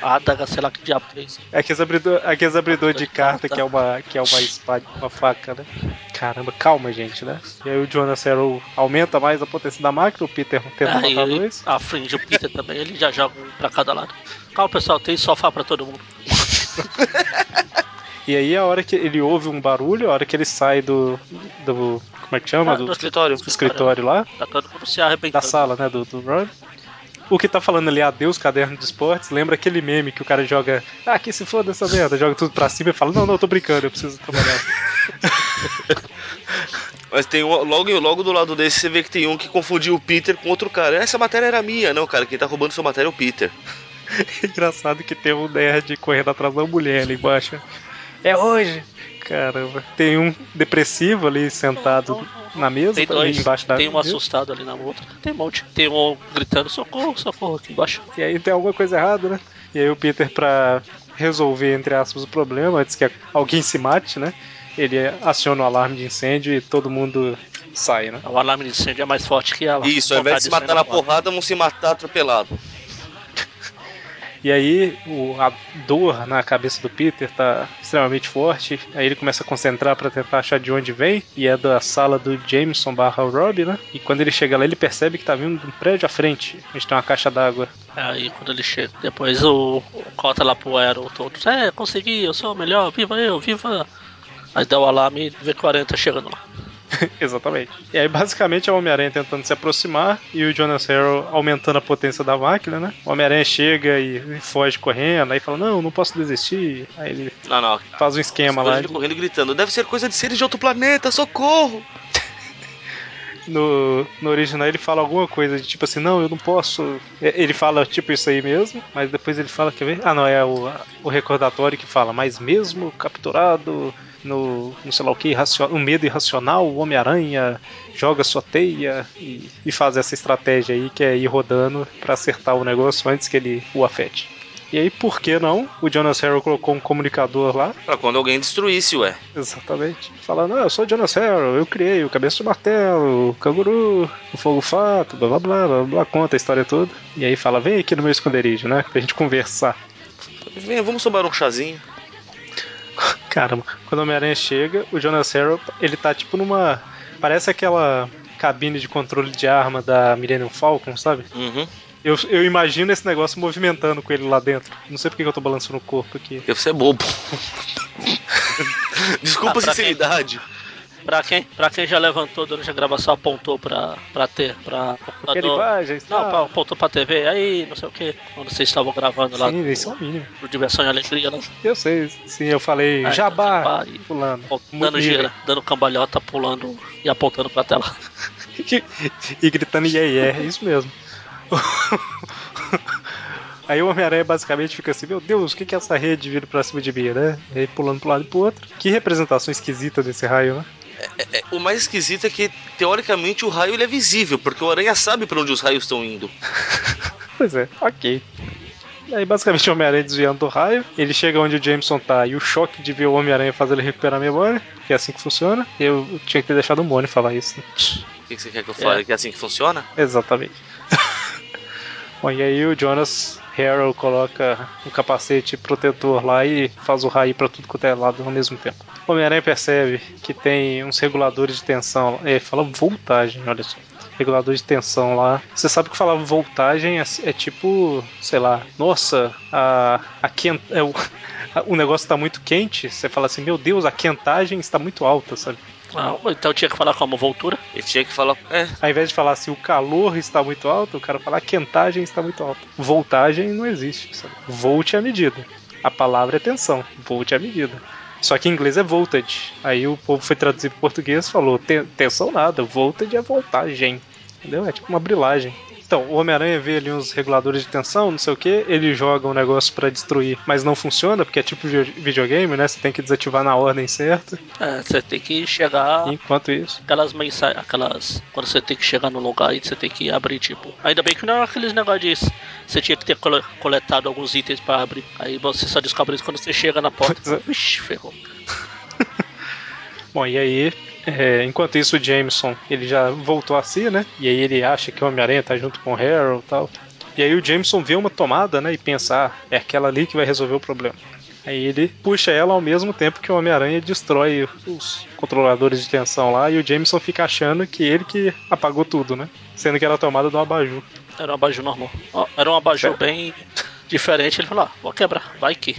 adaga, sei lá que diabo é isso. Aqueles abridor, aqueles abridor Ah, de carta tá. que é uma que é uma espada, uma faca, né? Caramba, calma, gente, né? E aí o Jonas Harrow aumenta mais a potência da máquina, o Peter tenta Ah, Aí matar ele dois. afringe o Peter também, ele já joga um pra cada lado. Calma pessoal, tem sofá pra todo mundo. E aí a hora que ele ouve um barulho, a hora que ele sai do do como é que chama? Ah, do, no escritório. do escritório lá, Tá todo mundo se da arrebentando. sala, né, do, do Ron. O que tá falando ali, adeus caderno de esportes, lembra aquele meme que o cara joga, ah, que se foda essa merda, joga tudo pra cima e fala, não, não, eu tô brincando, eu preciso trabalhar. Mas tem um, logo, logo do lado desse você vê que tem um que confundiu o Peter com outro cara. Essa matéria era minha, não, cara. Quem tá roubando sua matéria é o Peter. É Engraçado que tem um nerd correndo atrás da mulher ali embaixo. É hoje! Caramba. Tem um depressivo ali sentado na mesa, Tem ali dois, embaixo da tem um viu? assustado ali na outra. Tem um monte. Tem um gritando, socorro, socorro aqui embaixo. E aí tem alguma coisa errada, né? E aí o Peter, pra resolver, entre aspas, o problema, antes que alguém se mate, né? Ele aciona o alarme de incêndio e todo mundo sai, né? O alarme de incêndio é mais forte que a. Isso, ao invés de se vontade matar na incêndio. é porrada, vão se matar atropelado. E aí o- a dor na cabeça do Peter tá extremamente forte. Aí ele começa a concentrar pra tentar achar de onde vem. E é da sala do Jameson barra Rob, né? E quando ele chega lá, ele percebe que tá vindo de um prédio à frente. A gente tem uma caixa d'água. Aí É, quando ele chega, depois o, o cota lá pro Arrow todo. É, consegui, eu sou o melhor, viva eu, viva. Aí dá o alarme e vê 40 chegando lá. Exatamente. E aí basicamente é o Homem-Aranha tentando se aproximar e o Jonas Harrow aumentando a potência da máquina, né? O Homem-Aranha chega e e foge correndo, aí fala, não, não posso desistir. Aí ele Não, não. faz um esquema lá. Ele correndo e gritando. Deve ser coisa de seres de outro planeta, socorro! no, no original ele fala alguma coisa de tipo assim, não, eu não posso. É, Ele fala tipo isso aí mesmo, mas depois ele fala, quer ver? Ah, não, é o, o recordatório que fala, mas mesmo capturado no, no sei lá o que, irracio- um medo irracional, o Homem-Aranha joga sua teia e, e faz essa estratégia aí que é ir rodando pra acertar o negócio antes que ele o afete. E aí, por que não? O Jonas Harrow colocou um comunicador lá Pra quando alguém destruísse, ué. Exatamente. Falando, ah, eu sou o Jonas Harrow, eu criei o Cabeça de Martelo, o Canguru, o Fogo Fato, blá blá blá, blá blá, conta a história toda. E aí fala, vem aqui no meu esconderijo, né, pra gente conversar. Vem, vamos tomar um chazinho. Caramba, quando o Homem-Aranha chega, o Jonas Harrow, ele tá tipo numa... parece aquela cabine de controle de arma da Millennium Falcon, sabe? Uhum. Eu, eu imagino esse negócio movimentando com ele lá dentro. Não sei porque que eu tô balançando o corpo aqui. Porque você é bobo. Desculpa Ah, a pra sinceridade. Pra quem, pra quem já levantou durante a gravação, apontou pra, pra ter, pra computador. Derivagens, Não, pra- tal. apontou pra TV, aí não sei o que. Quando vocês estavam gravando lá Sim, do- isso é o mínimo. do Diversão e Alegria, né? Eu sei, sim, eu falei Ah, jabá, jabá e- fulano. dando gira, dando cambalhota, pulando e apontando pra tela. e gritando iê, iê, é isso mesmo. Aí o Homem-Aranha basicamente fica assim: Meu Deus, o que, que é essa rede vira pra cima de mim, né? E aí pulando pro lado e pro outro. Que representação esquisita desse raio, né? É, é, o mais esquisito é que, teoricamente, o raio ele é visível, porque o Aranha sabe pra onde os raios estão indo. Pois é, ok. Aí basicamente o Homem-Aranha desviando do raio, ele chega onde o Jameson tá e o choque de ver o Homem-Aranha faz ele recuperar a memória, que é assim que funciona. Eu tinha que ter deixado o Mônio falar isso. Né? O que que você quer que eu fale? Que é assim que funciona? Exatamente. Bom, e aí o Jonas Harrow coloca um capacete protetor lá e faz o raio para tudo quanto é lado ao mesmo tempo. O Homem-Aranha percebe que tem uns reguladores de tensão, é, fala voltagem, olha só regulador de tensão lá. Você sabe que falava voltagem é, é, tipo, sei lá, nossa, a, a quent, é, o, a, o negócio está muito quente. Você fala assim, meu Deus, a quentagem está muito alta, sabe? Ah, então tinha que falar como voltura? Ele tinha que falar. É. Ao invés de falar assim, o calor está muito alto, o cara fala a quentagem está muito alta. Voltagem não existe, sabe? Volt é a medida. A palavra é tensão, volt é a medida. Só que em inglês é voltage. Aí o povo foi traduzir para português e falou: tensão nada, voltage é voltagem. Entendeu? É tipo uma brilagem. Então, o Homem-Aranha vê ali uns reguladores de tensão, não sei o que, ele joga um negócio para destruir, mas não funciona, porque é tipo videogame, né? Você tem que desativar na ordem certa. É, você tem que chegar. Enquanto isso. Aquelas mensagens, aquelas. Quando você tem que chegar no lugar e você tem que abrir, tipo. Ainda bem que não é aqueles negócios de. Você tinha que ter coletado alguns itens para abrir. Aí você só descobre isso quando você chega na porta. Pois é. Vixe, ferrou. Bom, e aí é, enquanto isso, o Jameson ele já voltou a si, né? E aí ele acha que o Homem-Aranha tá junto com o Harold e tal. E aí o Jameson vê uma tomada, né? E pensa, ah, é aquela ali que vai resolver o problema. Aí ele puxa ela ao mesmo tempo que o Homem-Aranha destrói os controladores de tensão lá e o Jameson fica achando que ele que apagou tudo, né? Sendo que era a tomada do abajur. Era um abajur normal. Era um abajur é. bem diferente. Ele falou, ah, vou quebrar, vai que.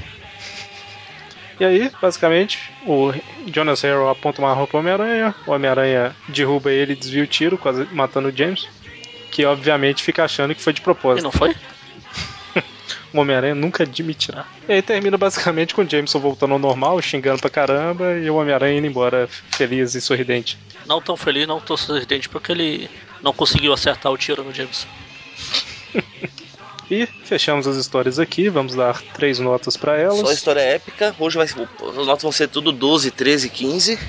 E aí, basicamente, o Jonas Harrow aponta uma arma pro Homem-Aranha, o Homem-Aranha derruba ele e desvia o tiro, quase matando o James, que obviamente fica achando que foi de propósito. E não foi? o Homem-Aranha nunca admitirá. E aí termina basicamente com o Jameson voltando ao normal, xingando pra caramba, e o Homem-Aranha indo embora feliz e sorridente. Não tão feliz, não tão sorridente, porque ele não conseguiu acertar o tiro no Jameson. E fechamos as histórias aqui, vamos dar três notas para elas. Só história épica, hoje vai, as notas vão ser tudo 12, 13, 15.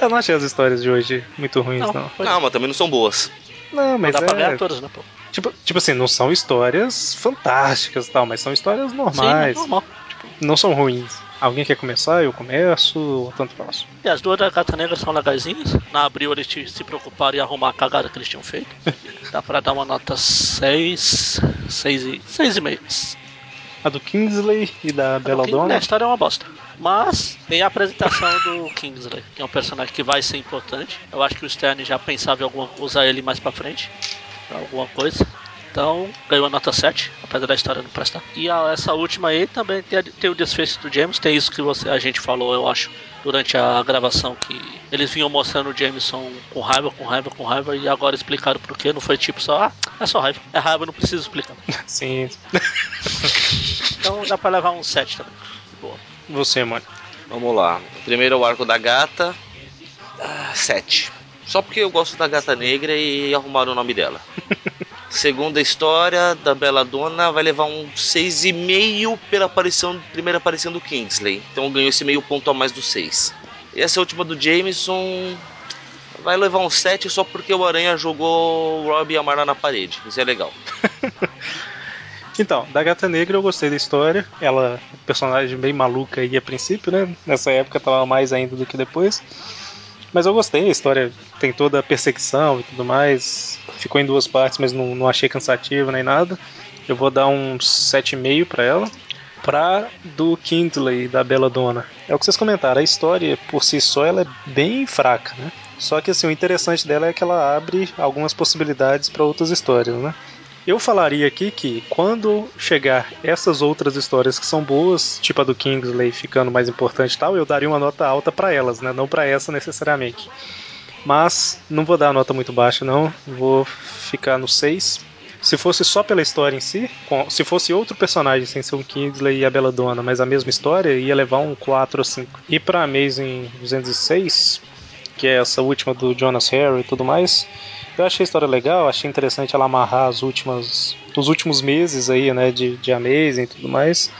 Eu não achei as histórias de hoje muito ruins, não. Não, não mas também não são boas. Não, mas não dá é... pra ganhar todas, né, pô? Tipo, tipo assim, não são histórias fantásticas e tal, mas são histórias normais. Sim, normal. Tipo, não são ruins. Alguém quer começar? Eu começo, ou tanto faço. E as duas da Gata Negra são legazinhas. Na abril eles se preocuparam em arrumar a cagada que eles tinham feito. Dá pra dar uma nota 6, 6 e, 6 e meio. A do Kingsley e da Belladonna? A história é uma bosta. Mas tem a apresentação do Kingsley, que é um personagem que vai ser importante. Eu acho que o Stern já pensava em alguma, usar ele mais pra frente. Alguma coisa. Então, ganhou a nota 7, apesar da história não prestar. E a, essa última aí também tem, a, tem, o desfecho do James, tem isso que você, a gente falou, eu acho, durante a gravação, que eles vinham mostrando o Jameson com raiva, com raiva, com raiva, e agora explicaram por quê. Não foi tipo só, ah, é só raiva. É raiva, não precisa explicar. Sim. então dá pra levar um 7 também. Boa. Você, mano. Vamos lá. Primeiro o arco da gata. Ah, 7. Só porque eu gosto da gata negra e arrumaram o nome dela. Segunda história da Bela Dona vai levar um 6,5 pela aparição, primeira aparição do Kingsley. Então ganhou esse meio ponto a mais do 6. E essa última do Jameson vai levar um 7 só porque o Aranha jogou o Rob e a Mara na parede. Isso é legal. Então, da Gata Negra eu gostei da história. Ela, personagem bem maluca aí a princípio, né? Nessa época tava mais ainda do que depois. Mas eu gostei, a história tem toda a perseguição e tudo mais. Ficou em duas partes, mas não, não achei cansativo nem nada. Eu vou dar um 7,5 para ela. Pra do Kindley, da Bela Dona. É o que vocês comentaram, a história por si só ela é bem fraca, né? Só que assim, o interessante dela é que ela abre algumas possibilidades para outras histórias, né? Eu falaria aqui que quando chegar essas outras histórias que são boas, tipo a do Kingsley ficando mais importante e tal, eu daria uma nota alta para elas, né? Não para essa necessariamente. Mas não vou dar uma nota muito baixa não, vou ficar no 6. Se fosse só pela história em si, se fosse outro personagem sem ser o um Kingsley e a Bela Dona, mas a mesma história, ia levar um 4 ou 5. E para Amazing 206, que é essa última do Jonas Harry e tudo mais, Eu achei a história legal, achei interessante ela amarrar as últimas, os últimos meses aí, né, de, de Amazing e tudo mais.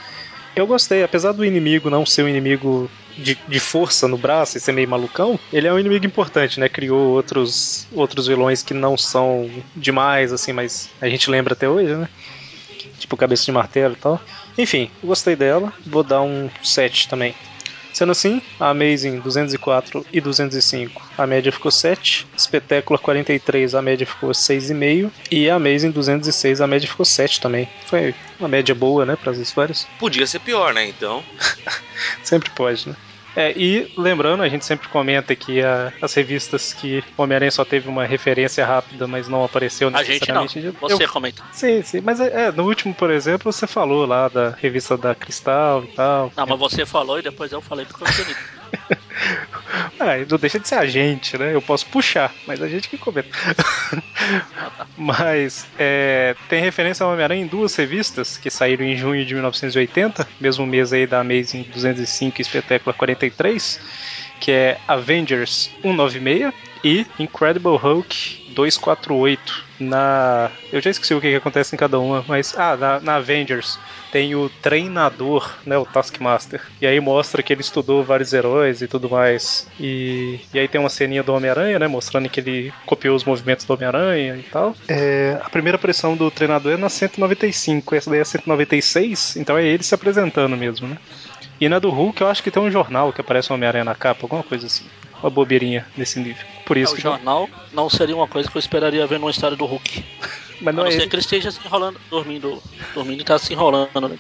Eu gostei, apesar do inimigo não ser um inimigo de, de força no braço e ser meio malucão, ele é um inimigo importante, né? Criou outros, outros vilões que não são demais, assim, mas a gente lembra até hoje, né? Tipo cabeça de martelo e tal. Enfim, eu gostei dela, vou dar um 7 também. Sendo assim, a Amazing 204 e 205, a média ficou 7. Espetáculo 43, a média ficou 6,5. E a Amazing 206, a média ficou 7 também. Foi uma média boa, né, para as histórias. Podia ser pior, né? Então. Sempre pode, né? É, e lembrando, a gente sempre comenta que a- as revistas que Homem-Aranha só teve uma referência rápida, mas não apareceu A gente não. necessariamente. Eu- Você comenta. Sim, sim, mas é, é, no último, por exemplo, você falou lá da revista da Cristal e tal. Não, mas você falou e depois eu falei porque eu entendi. Ah, não deixa de ser a gente, né? Eu posso puxar, mas a gente que comenta. mas é, tem referência ao Homem-Aranha em duas revistas que saíram em junho de 1980, mesmo mês aí da Amazing 205 e Espetáculo 43, que é Avengers 196 e Incredible Hulk 248. Na. Eu já esqueci o que, que acontece em cada uma, mas. Ah, na, na Avengers tem o treinador, né? O Taskmaster. E aí mostra que ele estudou vários heróis e tudo mais. E, e aí tem uma ceninha do Homem-Aranha, né? Mostrando que ele copiou os movimentos do Homem-Aranha e tal. É, a primeira aparição do treinador é na 195, essa daí é 196, então é ele se apresentando mesmo, né? E na do Hulk, eu acho que tem um jornal que aparece o Homem-Aranha na capa, alguma coisa assim. Uma bobeirinha nesse nível. Por É, isso o que. jornal não seria uma coisa que eu esperaria ver numa história do Hulk. Mas A não não é ser ele. que ele esteja se enrolando, dormindo, dormindo e tá se enrolando. né?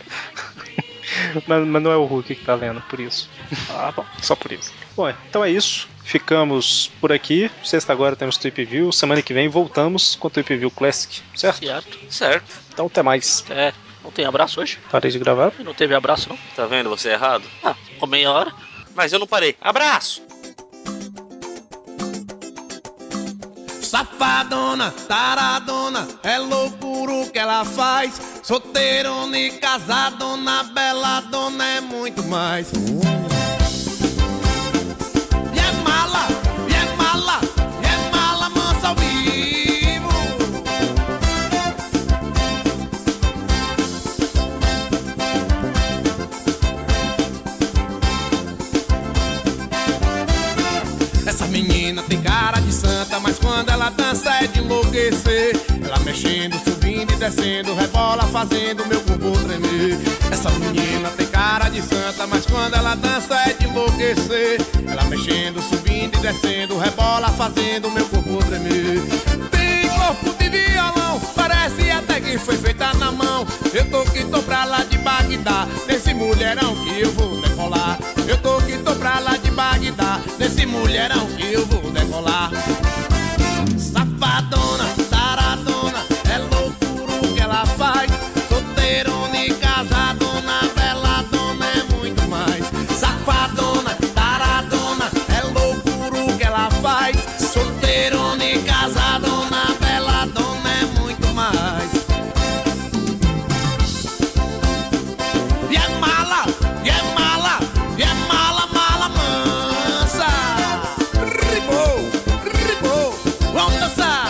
Mas, mas não é o Hulk que tá lendo, por isso. Ah, bom. Só por isso. Bom, então é isso. Ficamos por aqui. Sexta agora temos Trip View. Semana que vem voltamos com Trip View Classic, certo? Certo. Certo. Então até mais. É, não tem abraço hoje? Parei de gravar. Não teve abraço, não? Tá vendo? Você é errado. Ah, ficou meia hora. Mas eu não parei. Abraço! Safadona, taradona, é loucura o que ela faz. Solteirona e casadona, beladona é muito mais. E é mala, e é mala, e é mala mansa ao vivo. Essa menina tem cara de santa, mas quando ela dança é de enlouquecer. Ela mexendo, subindo e descendo, rebola fazendo meu corpo tremer. Essa menina tem cara de santa, mas quando ela dança é de enlouquecer. Ela mexendo, subindo e descendo, rebola fazendo meu corpo tremer. Tem corpo de violão, parece até que foi feita na mão. Eu tô que tô pra lá de Bagdá, nesse mulherão que eu vou decolar. Eu tô que tô pra lá de Bagdá, nesse mulherão que eu vou decolar. Safadona, taradona, é loucura o que ela faz. Solteirona e casadona, beladona é muito mais. Safadona, taradona, é loucura o que ela faz. Solteirona e casadona, beladona é muito mais. E é mala, e é mala, e é mala, mala mansa. Ribou, ribou, vamos dançar.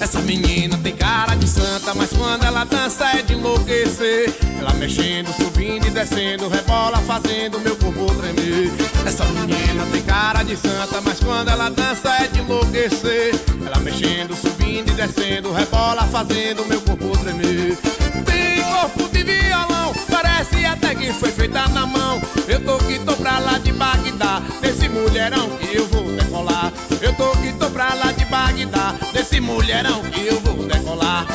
Essa menina tem cara de santa, mas quando ela dança é de enlouquecer. Ela mexendo, subindo e descendo, rebola fazendo meu corpo tremer. Essa menina tem cara de santa, mas quando ela dança é de enlouquecer. Ela mexendo, subindo e descendo, rebola fazendo meu corpo tremer. Tem corpo de violão, parece até que foi feita na mão. Eu tô que tô pra lá de Bagdá, desse mulherão que eu vou decolar. Eu tô que tô pra lá de Bagdá, desse mulherão que eu vou decolar.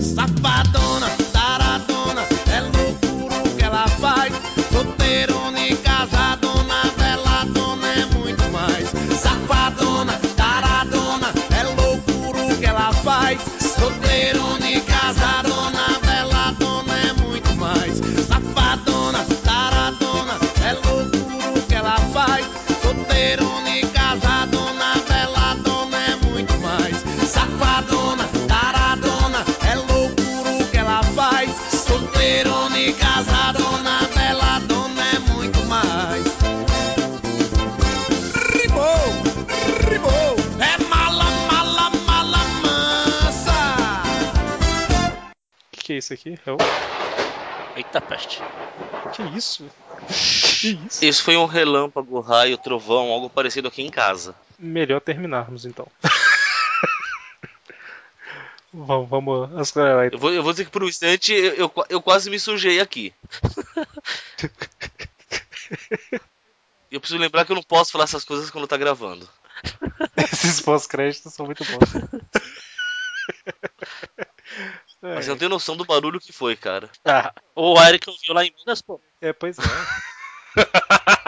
Safadona, taradona, é loucura o que ela faz. Solteirona e casadona, veladona é muito mais. Safadona, taradona, é loucura o que ela faz. Solteirona e casadona, veladona é muito mais. Safadona, taradona, é loucura o que ela faz. Solteirona e casadona, veladona é muito mais. Safadona, taradona, é loucura o que ela faz. Solteirona e casadona, veladona é muito mais. é isso aqui? É o... Eita peste. Que isso? Que é isso? Isso foi um relâmpago, raio, um trovão, algo parecido aqui em casa. Melhor terminarmos então. vamos, vamos acelerar Eu então. vou, eu vou dizer que por um instante eu, eu, qua- eu quase me sujei aqui. eu preciso lembrar que eu não posso falar essas coisas quando tá gravando. Esses pós-créditos são muito bons. É, Mas eu não tenho noção do barulho que foi, cara. Ah, o Eric ouviu lá em Minas, pô. é, pois é.